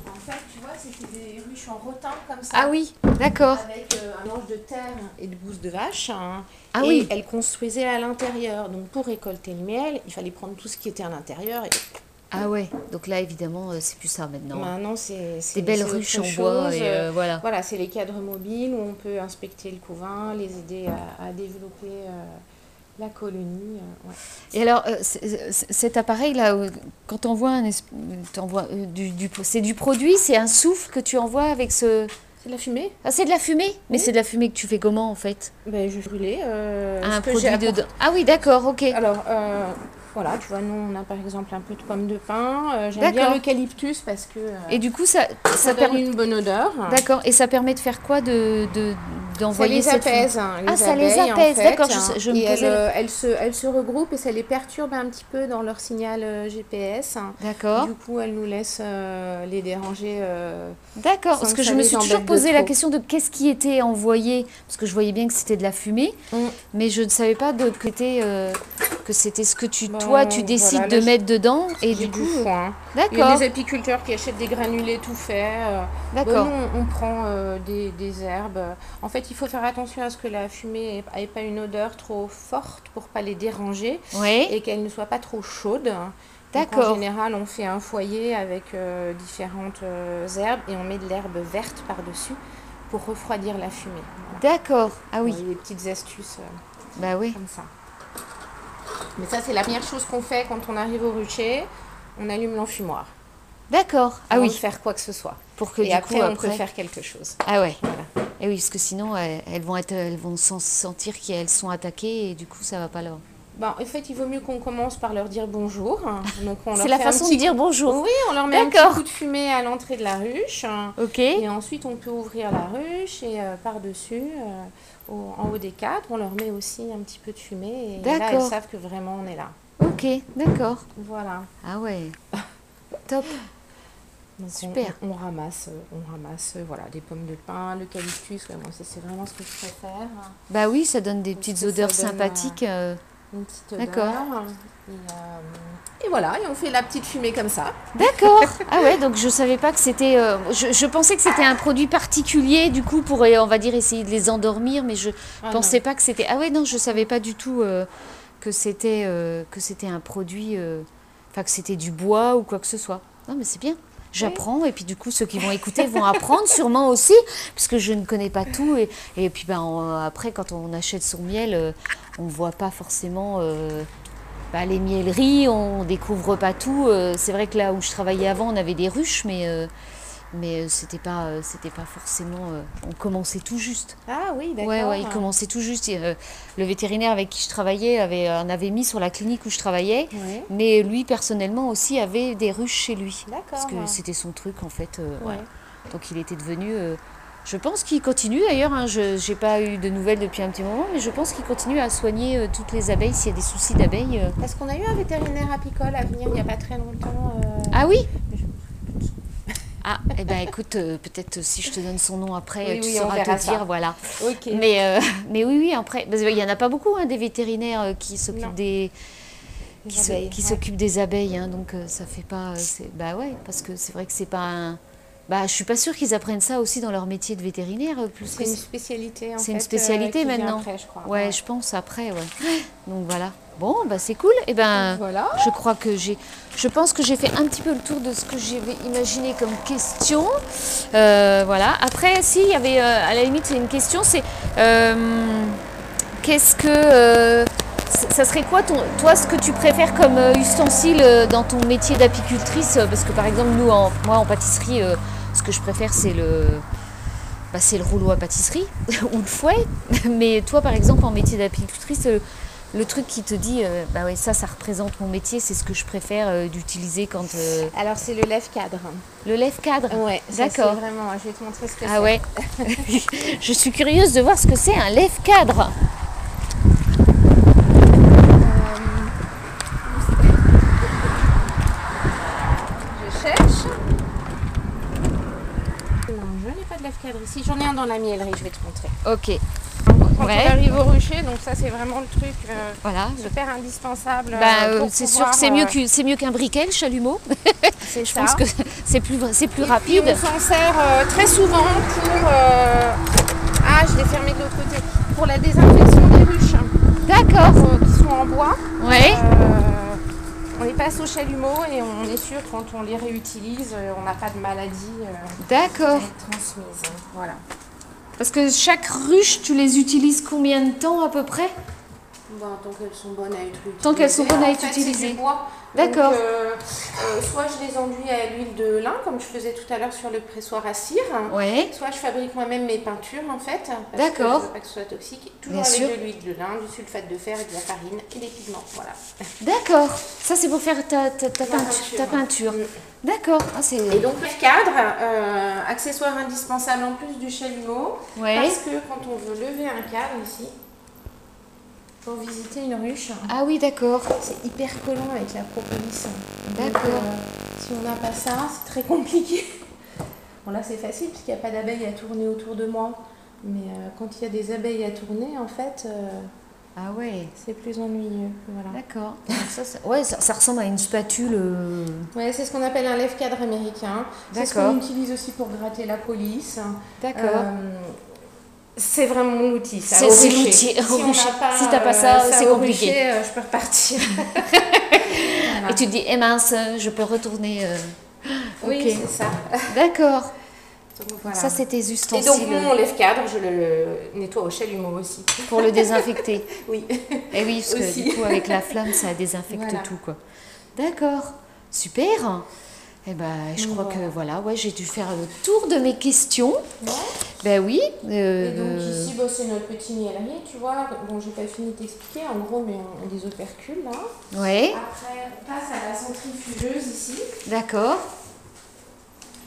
S2: en fait, tu vois, c'était des ruches en rotin comme ça.
S1: Ah oui, d'accord.
S2: Avec euh, un ange de terre et de bouse de vache. hein.
S1: Ah
S2: et
S1: oui.
S2: elle construisait à l'intérieur. Donc pour récolter le miel, il fallait prendre tout ce qui était à l'intérieur. Et
S1: Ah ouais, donc là évidemment euh, c'est plus ça maintenant.
S2: maintenant, c'est. c'est-
S1: Des belles
S2: c'est autre
S1: ruches en
S2: chose.
S1: bois et euh, voilà.
S2: Voilà, c'est les cadres mobiles où on peut inspecter le couvain, les aider à, à développer euh, la colonie. euh, ouais.
S1: Et alors euh, c'est- c'est- cet appareil là, euh, quand on voit un, es- t'envoies, euh, du, du- c'est du produit, c'est un souffle que tu envoies avec ce,
S2: C'est de la fumée
S1: ah c'est de la fumée, mais c'est de la fumée que tu fais comment en fait
S2: ben, Je brûlais. euh, ce
S1: Un
S2: que
S1: produit
S2: j'ai apporté.
S1: dedans. Ah oui, d'accord, ok.
S2: Alors, euh, voilà, tu vois, nous, on a par exemple un peu de pommes de pin. Euh, J'aime bien
S1: D'accord.
S2: l'eucalyptus parce que euh,
S1: Et du coup ça,
S2: ça,
S1: ça
S2: donne
S1: permet,
S2: une bonne odeur.
S1: d'accord, et ça permet de faire quoi de, de-
S2: Ça
S1: d'envoyer
S2: les
S1: cette fumée
S2: apaise. hein,
S1: Ah, ça les
S2: abeilles, en
S1: apaise,
S2: fait, hein.
S1: d'accord, je- je me
S2: et elles,
S1: posais la-
S2: euh, elles se, elles se regroupent et ça les perturbe un petit peu dans leur signal euh, GPS.
S1: D'accord,
S2: Du coup, elles nous laissent euh, les déranger. euh,
S1: d'accord.
S2: sans
S1: Parce
S2: que
S1: que
S2: ça
S1: je me
S2: les
S1: suis toujours
S2: embête de
S1: posé la
S2: trop.
S1: question de qu'est-ce qui était envoyé, parce que je voyais bien que c'était de la fumée.
S2: Mm.
S1: Mais je ne savais pas de côté euh, que c'était ce que tu,
S2: Bon,
S1: toi, tu décides
S2: voilà,
S1: de
S2: là, je-
S1: mettre dedans. Et
S2: j'ai
S1: du coup, euh,
S2: foin. hein. Il y a
S1: d'accord,
S2: des apiculteurs qui achètent des granulés tout faits. euh,
S1: d'accord.
S2: Bon, nous, on prend euh, des, des herbes. En fait, il faut faire attention à ce que la fumée n'ait pas une odeur trop forte pour pas les déranger
S1: ouais,
S2: et qu'elle ne soit pas trop chaude. Donc,
S1: D'accord.
S2: En général, on fait un foyer avec euh, différentes euh, herbes et on met de l'herbe verte par-dessus pour refroidir la fumée. Voilà.
S1: d'accord. Ah oui,
S2: Il y a des petites astuces euh,
S1: bah oui.
S2: comme ça. Mais ça, c'est la première chose qu'on fait quand on arrive au rucher. On allume l'enfumoir.
S1: D'accord. Ah
S2: avant
S1: oui,
S2: de faire quoi que ce soit.
S1: pour que
S2: et
S1: du
S2: après,
S1: coup,
S2: on peut
S1: après.
S2: faire quelque chose.
S1: Ah ouais.
S2: Voilà.
S1: Et oui, parce que sinon, euh, elles vont être, elles vont sen- sentir qu'elles sont attaquées et du coup, ça va pas leur.
S2: Bah, en fait, il vaut mieux qu'on commence par leur dire bonjour. hein. Donc, on
S1: C'est
S2: leur
S1: la
S2: fait un
S1: façon
S2: petit-
S1: de dire bonjour.
S2: Oui, on leur met un
S1: D'accord.
S2: petit coup de fumée à l'entrée de la ruche. hein.
S1: Ok.
S2: Et ensuite, on peut ouvrir la ruche et euh, par-dessus, euh, au- en haut des cadres, on leur met aussi un petit peu de fumée. Et là, elles
S1: D'accord.
S2: savent que vraiment on est là.
S1: Ok. D'accord.
S2: Voilà.
S1: Ah ouais. Top.
S2: Donc, on-
S1: Super.
S2: On, on ramasse, euh, on ramasse euh, voilà, des pommes de pin, l'eucalyptus. Ouais, moi, ça, c'est vraiment ce que je préfère. hein.
S1: Bah oui, ça donne des petites
S2: que ça
S1: odeurs
S2: donne, euh,
S1: sympathiques. euh,
S2: une petite
S1: D'accord.
S2: odeur. Et, euh, et voilà, et on fait la petite fumée comme ça.
S1: D'accord. Ah ouais, donc je savais pas que c'était. euh, je, je pensais que c'était un produit particulier, du coup, pour, euh, on va dire, essayer de les endormir, mais je
S2: Ah,
S1: pensais pas que c'était. Ah ouais, non, je savais pas du tout euh, que c'était euh, que c'était un produit. euh, Enfin, que c'était du bois ou quoi que ce soit. Non, mais c'est bien. J'apprends, et puis du coup, ceux qui vont écouter vont apprendre sûrement aussi, parce que je ne connais pas tout. Et, et puis, ben, on- après, quand on achète son miel, euh, on ne voit pas forcément. euh, bah, les mieleries, on découvre pas tout. Euh, c'est vrai que là où je travaillais avant, on avait des ruches, mais, euh, mais euh, c'était pas, euh, c'était pas forcément. euh, on commençait tout juste.
S2: Ah oui, d'accord.
S1: Ouais, ouais, il commençait tout juste. Et, euh, le vétérinaire avec qui je travaillais avait, euh, en avait mis sur la clinique où je travaillais,
S2: Ouais.
S1: mais lui personnellement aussi avait des ruches chez lui.
S2: D'accord.
S1: Parce que c'était son truc en fait. euh,
S2: Ouais.
S1: voilà. Donc il était devenu. euh, je pense qu'il continue d'ailleurs, hein, je n'ai pas eu de nouvelles depuis un petit moment, mais je pense qu'il continue à soigner euh, toutes les abeilles s'il y a des soucis d'abeilles. euh.
S2: Parce qu'on a eu un vétérinaire apicole à venir il n'y a pas très longtemps. euh,
S1: Ah oui
S2: mais je-
S1: Ah, eh ben écoute, euh, peut-être euh, si je te donne son nom après,
S2: Oui,
S1: euh, tu
S2: oui, on
S1: sauras
S2: verra
S1: te
S2: ça.
S1: dire, voilà.
S2: Ok.
S1: Mais, euh, mais oui, oui, après, parce qu'il y en a pas beaucoup, hein, des vétérinaires euh, qui
S2: Non.
S1: s'occupent des...
S2: Des
S1: Qui se-
S2: abeilles,
S1: qui
S2: ouais.
S1: s'occupent des abeilles, hein, donc euh, ça fait pas. euh, c'est- bah ouais, parce que c'est vrai que c'est pas un. Bah, je suis pas sûre qu'ils apprennent ça aussi dans leur métier de vétérinaire, euh, plus
S2: C'est
S1: que
S2: une spécialité en
S1: c'est une
S2: fait, euh,
S1: spécialité
S2: qui vient
S1: maintenant.
S2: après, je crois.
S1: Ouais, je pense après, ouais. Donc voilà. Bon, bah c'est cool. Et ben,
S2: Voilà.
S1: je crois que j'ai, je pense que j'ai fait un petit peu le tour de ce que j'avais imaginé comme question. Euh, voilà. Après, si il y avait, euh, à la limite, une question, c'est euh, qu'est-ce que, euh, c- ça serait quoi ton, toi, ce que tu préfères comme euh, ustensile euh, dans ton métier d'apicultrice euh, Parce que par exemple, nous, en, moi, en pâtisserie, euh, ce que je préfère, c'est le, bah, c'est le rouleau à pâtisserie ou le fouet. Mais toi, par exemple, en métier d'apicultrice, euh, le truc qui te dit, euh, bah ouais, ça, ça représente mon métier, c'est ce que je préfère euh, d'utiliser quand euh,
S2: Alors c'est le lève-cadre.
S1: le lève cadre.
S2: Ouais, ça, c'est
S1: D'accord.
S2: Vraiment, je vais te montrer ce que c'est.
S1: Ah ouais. je suis curieuse de voir ce que c'est un lève cadre.
S2: Je cherche. Non, je n'ai pas de lève-cadre ici. J'en ai un dans la miellerie, je vais te montrer.
S1: Ok.
S2: Quand
S1: Ouais.
S2: on arrive au rucher, donc ça c'est vraiment le truc euh,
S1: Voilà. je-
S2: super indispensable.
S1: Bah,
S2: euh,
S1: euh,
S2: pour
S1: c'est sûr
S2: pouvoir,
S1: que c'est mieux
S2: euh,
S1: que- c'est mieux qu'un briquet, le chalumeau.
S2: c'est
S1: Je
S2: ça.
S1: pense que c'est plus c'est plus
S2: Et puis,
S1: rapide.
S2: on s'en sert euh, très souvent pour. euh, Ah, je l'ai fermé de l'autre côté. Pour la désinfection des ruches hein,
S1: D'accord.
S2: euh, qui sont en bois.
S1: Ouais.
S2: Euh, on les passe au chalumeau et on est sûr quand on les réutilise, euh, on n'a pas de maladie euh, à
S1: D'accord.
S2: être transmise. Voilà.
S1: Parce que chaque ruche, tu les utilises combien de temps à peu près
S5: Bon, Ben, tant qu'elles sont bonnes à être utilisées.
S1: Tant qu'elles sont bonnes à
S5: En
S1: être
S5: fait, c'est du
S1: utilisées.
S5: bois.
S1: D'accord.
S5: Donc, euh, euh, soit je les enduis à l'huile de lin, comme je faisais tout à l'heure sur le pressoir à cire.
S1: Ouais.
S5: Soit je fabrique moi-même mes peintures en fait. parce
S1: D'accord.
S5: que Je veux pas que ce soit toxique. Toujours
S1: Bien
S5: avec
S1: sûr.
S5: de l'huile de lin, du sulfate de fer et de la farine et des pigments. Voilà.
S1: D'accord. Ça, c'est pour faire ta, ta, ta
S5: Ma
S1: peinture. ta
S5: peinture.
S1: peinture. D'accord. Ah, c'est...
S5: Et donc le cadre, euh, accessoire indispensable en plus du chalumeau.
S1: Ouais.
S5: Parce que quand on veut lever un cadre ici, pour visiter une ruche,
S1: Ah oui, d'accord.
S5: c'est hyper collant avec la propolis. Donc,
S1: D'accord.
S5: euh, si on n'a pas ça, c'est très compliqué. Bon là c'est facile puisqu'il n'y a pas d'abeilles à tourner autour de moi. Mais euh, quand il y a des abeilles à tourner, en fait, euh,
S1: Ah ouais.
S5: c'est plus ennuyeux. Voilà.
S1: D'accord. Donc Ça, ça- Ouais, ça, ça ressemble à une spatule. euh,
S5: Ouais, c'est ce qu'on appelle un lève-cadre américain. C'est ce
S1: D'accord.
S5: qu'on utilise aussi pour gratter la police.
S1: D'accord.
S5: Euh, c'est vraiment mon outil. ça,
S1: C'est-
S5: au
S1: c'est
S5: rucher.
S1: l'outil, au
S5: Si on
S1: rucher.
S5: n'a pas,
S1: Si t'as pas
S5: euh,
S1: ça, c'est
S5: au
S1: compliqué.
S5: rucher, euh, je peux repartir. Voilà.
S1: Et tu te dis, eh mince, je peux retourner. euh.
S5: Oui,
S1: Ok.
S5: c'est ça.
S1: D'accord.
S5: Donc, voilà.
S1: Ça, c'est tes
S5: Et donc
S1: ustensiles euh,
S5: mon lève-cadre, je le nettoie au chalumeau aussi.
S1: pour le désinfecter.
S5: Oui.
S1: Et oui, parce
S5: Aussi.
S1: que du coup, avec la flamme, ça désinfecte
S5: Voilà.
S1: tout, quoi. D'accord. Super. Eh ben, je crois que voilà, ouais, j'ai dû faire le tour de mes questions. Ben oui.
S5: Et
S1: euh,
S5: donc ici, bah, c'est notre petit miellerie, tu vois. Bon, j'ai pas fini de t'expliquer, en gros, mais on a des opercules là.
S1: Ouais.
S5: Après, on passe à la centrifugeuse ici.
S1: D'accord.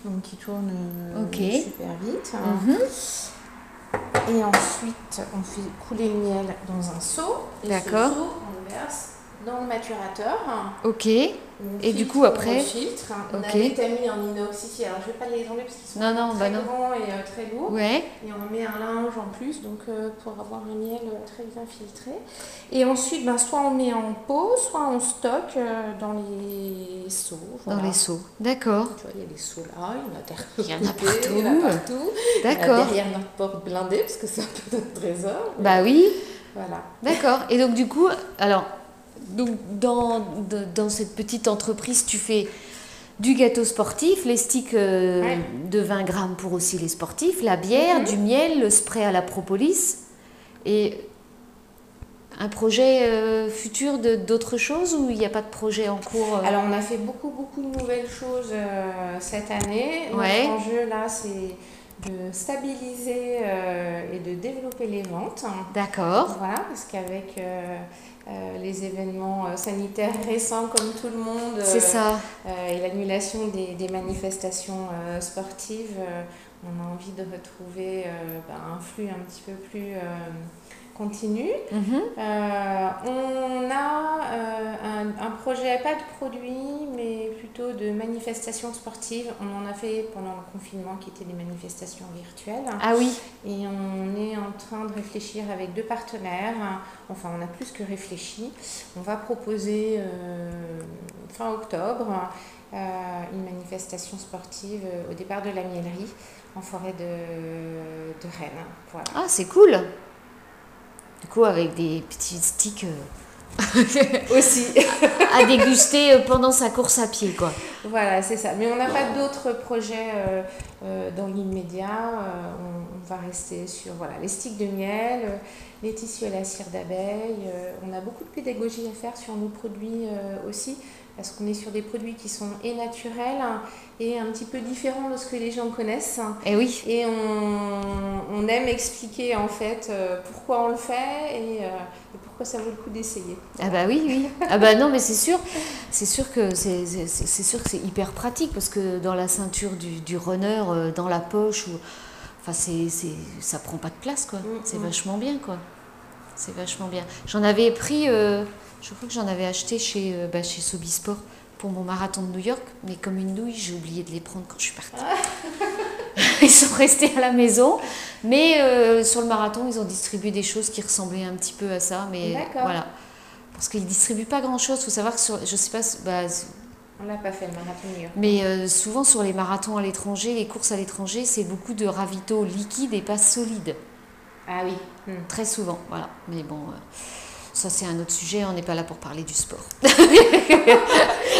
S5: Donc qui tourne euh,
S1: Ok. Mhm.
S5: super vite.
S2: hein.
S5: Et ensuite, on fait couler le miel dans un seau. Et ce
S1: D'accord.
S5: seau, on le verse
S2: dans le maturateur.
S1: Ok.
S2: On
S1: Et du
S2: filtre,
S1: coup, après
S2: On filtre. On
S1: Ok.
S2: a des tamis en inox ici. Alors, je vais pas les enlever parce qu'ils sont
S1: Non, non, bah
S2: très
S1: non.
S2: grands et euh, très lourds.
S1: Ouais.
S2: Et on en met un linge en plus, donc euh, pour avoir un miel euh, très bien filtré. Et ensuite, ben, soit on met en pot, soit on stocke euh, dans les seaux.
S1: Dans
S2: voilà.
S1: les seaux. D'accord.
S2: Tu vois, il y a des seaux là, il
S1: Il
S2: y
S1: y
S2: en a
S1: en a
S2: partout. Il y en a
S1: partout.
S2: partout. Euh,
S1: D'accord.
S2: Derrière notre porte blindée, parce que c'est un peu notre trésor.
S1: Bah oui.
S2: Voilà.
S1: D'accord. Et donc du coup, alors, donc dans, de- dans cette petite entreprise, tu fais du gâteau sportif, les sticks euh,
S2: Ouais. Mhm.
S1: de 20 grammes pour aussi les sportifs, la bière, du miel, le spray à la propolis, et un projet euh, futur de d'autres choses ou il n'y a pas de projet en cours euh
S2: Alors, on a fait beaucoup, beaucoup de nouvelles choses euh, cette année.
S1: Ouais.
S2: Notre enjeu là, c'est de stabiliser euh, et de développer les ventes.
S1: D'accord.
S2: Voilà, parce qu'avec euh, euh, les événements euh, sanitaires récents, comme tout le monde,
S1: C'est
S2: euh,
S1: ça.
S2: euh, et l'annulation des, des manifestations euh, sportives, euh, on a envie de retrouver euh, ben, un flux un petit peu plus euh, continu.
S1: Mhm.
S2: Euh, on a euh, un, un projet, pas de produit, mais plutôt de manifestations sportives. On en a fait pendant le confinement qui étaient des manifestations virtuelles.
S1: Ah oui.
S2: Et on est en train de réfléchir avec deux partenaires. Enfin, on a plus que réfléchi. On va proposer euh, fin octobre euh, une manifestation sportive euh, au départ de la Mielerie en forêt de, de Rennes. Voilà.
S1: Ah, c'est cool. Du coup, avec des petits sticks euh,
S2: Aussi.
S1: à déguster euh, pendant sa course à pied, quoi.
S2: Voilà, c'est ça. Mais on n'a pas d'autres projets euh, euh, dans l'immédiat. Euh, on, on va rester sur voilà, les sticks de miel, euh, les tissus à la cire d'abeille. Euh, on a beaucoup de pédagogie à faire sur nos produits euh, aussi, parce qu'on est sur des produits qui sont et naturels hein, et un petit peu différents de ce que les gens connaissent.
S1: Eh oui.
S2: Et on, on aime expliquer en fait euh, pourquoi on le fait et, euh, et pourquoi ça vaut le coup d'essayer.
S1: Ah bah oui, oui. Ah bah non, mais c'est sûr. C'est sûr que c'est c'est- c'est- c'est sûr que c'est hyper pratique parce que dans la ceinture du, du runner, euh, dans la poche, ou, enfin, c'est c'est- ça prend pas de place, quoi.
S2: Mm,
S1: C'est
S2: mm.
S1: vachement bien, quoi. C'est vachement bien. J'en avais pris, euh, je crois que j'en avais acheté chez, euh, bah, chez Sobisport pour mon marathon de New York, mais comme une douille, j'ai oublié de les prendre quand je suis partie. ils sont restés à la maison, mais euh, sur le marathon, ils ont distribué des choses qui ressemblaient un petit peu à ça, mais euh,
S2: D'accord.
S1: voilà. Parce qu'ils distribuent pas grand-chose, faut savoir que sur, je sais pas, bah,
S2: On l'a pas fait le marathon New York.
S1: mais euh, souvent sur les marathons à l'étranger, les courses à l'étranger, c'est beaucoup de ravitaux liquides et pas solides.
S2: Ah oui. Hmm.
S1: Très souvent, voilà. Mais bon, euh, ça c'est un autre sujet, on n'est pas là pour parler du sport.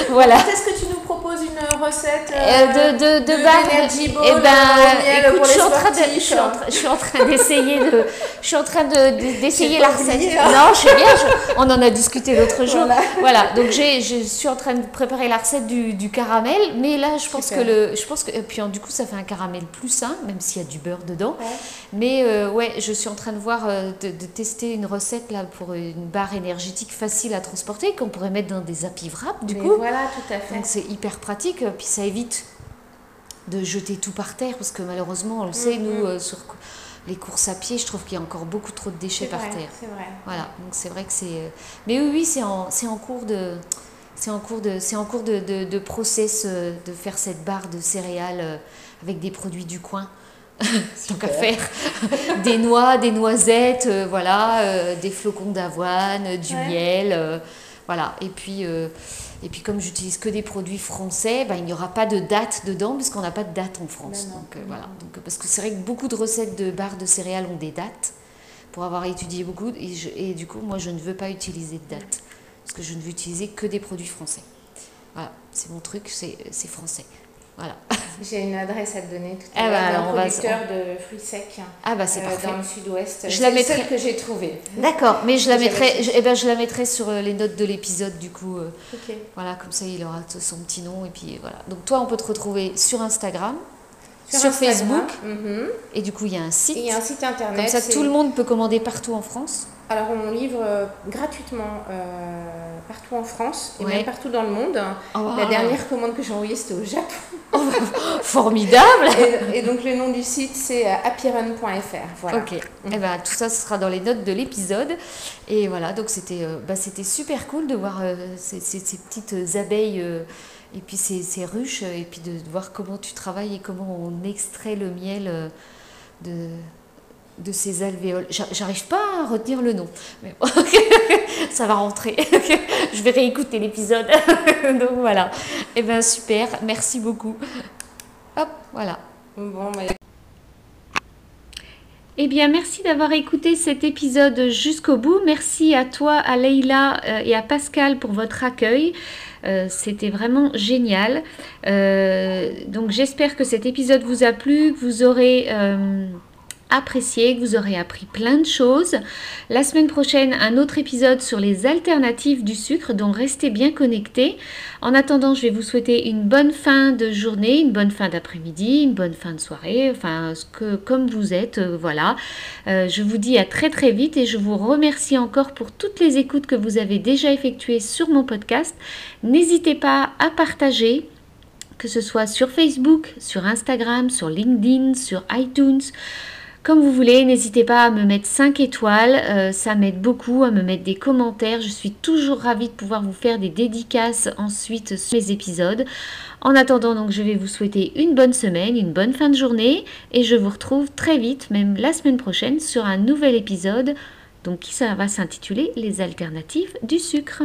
S1: voilà.
S2: Est-ce que tu nous proposes une recette
S1: Euh,
S2: euh,
S1: de de, de,
S2: de
S1: battre.
S2: l'Energy Ball,
S1: Eh
S2: euh,
S1: ben,
S2: au miel
S1: écoute,
S2: pour
S1: je
S2: les
S1: suis en train de,
S2: sportifs.
S1: je suis en train- je suis en train d'essayer de, je suis en train de- de- d'essayer
S2: J'ai
S1: la
S2: pas
S1: recette.
S2: oublié, hein.
S1: Non, je sais bien. je- on en a discuté l'autre jour.
S2: Voilà.
S1: Voilà. donc j'ai, je suis en train de préparer la recette du, du caramel, mais là, je pense
S2: Super.
S1: que le, je pense que, et puis hein, du coup, ça fait un caramel plus sain, même s'il y a du beurre dedans.
S2: Ouais.
S1: Mais euh, ouais, je suis en train de voir, euh, de, de tester une recette là pour une barre énergétique facile à transporter qu'on pourrait mettre dans des happy wrap du
S2: Mais
S1: coup.
S2: voilà, tout à fait.
S1: Donc c'est hyper pratique, euh, puis ça évite de jeter tout par terre, parce que malheureusement, on le sait,
S2: Mhm.
S1: nous, euh, sur cou- les courses à pied, je trouve qu'il y a encore beaucoup trop de déchets
S2: C'est
S1: par
S2: vrai,
S1: terre.
S2: C'est vrai.
S1: Voilà, donc c'est vrai que c'est... euh, Mais oui, oui, c'est en, c'est en cours de... C'est en cours de, c'est en cours de, de, de process euh, de faire cette barre de céréales euh, avec des produits du coin. Tant qu'à faire. des noix, des noisettes, euh, voilà, euh, des flocons d'avoine, euh, du
S2: Ouais.
S1: miel, euh, voilà. Et puis, euh, et puis comme j'utilise que des produits français, ben, il n'y aura pas de date dedans parce qu'on n'a pas de date en France.
S2: Ben non.
S1: Donc euh, voilà. Donc, parce que c'est vrai que beaucoup de recettes de barres de céréales ont des dates. Pour avoir étudié beaucoup et, je- et du coup, moi, je ne veux pas utiliser de date parce que je ne veux utiliser que des produits français. Voilà, c'est mon truc, c'est c'est français. Voilà.
S2: J'ai une adresse à te donner tout
S1: Ah
S2: à
S1: bah
S2: l'heure
S1: alors,
S2: d'un
S1: on va-
S2: producteur de fruits secs
S1: Ah bah c'est
S2: euh,
S1: parfait.
S2: dans le sud-ouest.
S1: Je
S2: C'est
S1: la
S2: le
S1: mettrai-
S2: seul que j'ai trouvé.
S1: D'accord, mais je la
S2: Vous
S1: mettrai,
S2: avez-
S1: je, eh ben, je la mettrai sur euh, les notes de l'épisode du coup. euh,
S2: Ok.
S1: voilà, comme ça il aura t- son petit nom et puis voilà. Donc toi, on peut te retrouver sur Instagram,
S6: sur,
S2: Instagram.
S6: Facebook.
S2: Mhm.
S6: Et du coup, il y a un
S2: Et
S6: site.
S2: il y a un site internet.
S6: Comme ça,
S2: c'est-
S6: tout le monde peut commander partout en France.
S2: Alors, on livre euh, gratuitement euh, partout en France et
S6: Ouais.
S2: même partout dans le monde.
S1: Oh.
S2: La dernière commande que j'ai envoyée, c'était au Japon.
S6: Formidable
S2: et, et donc, le nom du site, c'est euh, happyrun.fr. Voilà.
S6: Ok, Eh ben, tout ça ce sera dans les notes de l'épisode. Et voilà, donc c'était euh, bah, c'était super cool de voir euh, ces, ces- ces petites abeilles euh, et puis ces, ces ruches euh, et puis de, de voir comment tu travailles et comment on extrait le miel euh, de, de ces alvéoles. J'a- J'arrive pas à retenir le nom, mais bon, ça va rentrer. Je vais réécouter l'épisode. donc voilà, et ben super, merci beaucoup. Hop, voilà.
S2: Bon, bah,
S1: Eh bien, merci d'avoir écouté cet épisode jusqu'au bout. Merci à toi, à Leïla euh, et à Pascal pour votre accueil. Euh, C'était vraiment génial. Euh, donc, j'espère que cet épisode vous a plu, que vous aurez euh, apprécié, que vous aurez appris plein de choses. La semaine prochaine, un autre épisode sur les alternatives du sucre, donc restez bien connectés. En attendant, je vais vous souhaiter une bonne fin de journée, une bonne fin d'après-midi, une bonne fin de soirée, enfin, ce que, comme vous êtes, euh, voilà. Euh, je vous dis à très très vite et je vous remercie encore pour toutes les écoutes que vous avez déjà effectuées sur mon podcast. N'hésitez pas à partager, que ce soit sur Facebook, sur Instagram, sur LinkedIn, sur iTunes. Comme vous voulez, n'hésitez pas à me mettre 5 étoiles, euh, ça m'aide beaucoup, à me mettre des commentaires. Je suis toujours ravie de pouvoir vous faire des dédicaces ensuite sur les épisodes. En attendant, donc, je vais vous souhaiter une bonne semaine, une bonne fin de journée et je vous retrouve très vite, même la semaine prochaine, sur un nouvel épisode donc, qui ça va s'intituler Les alternatives du sucre.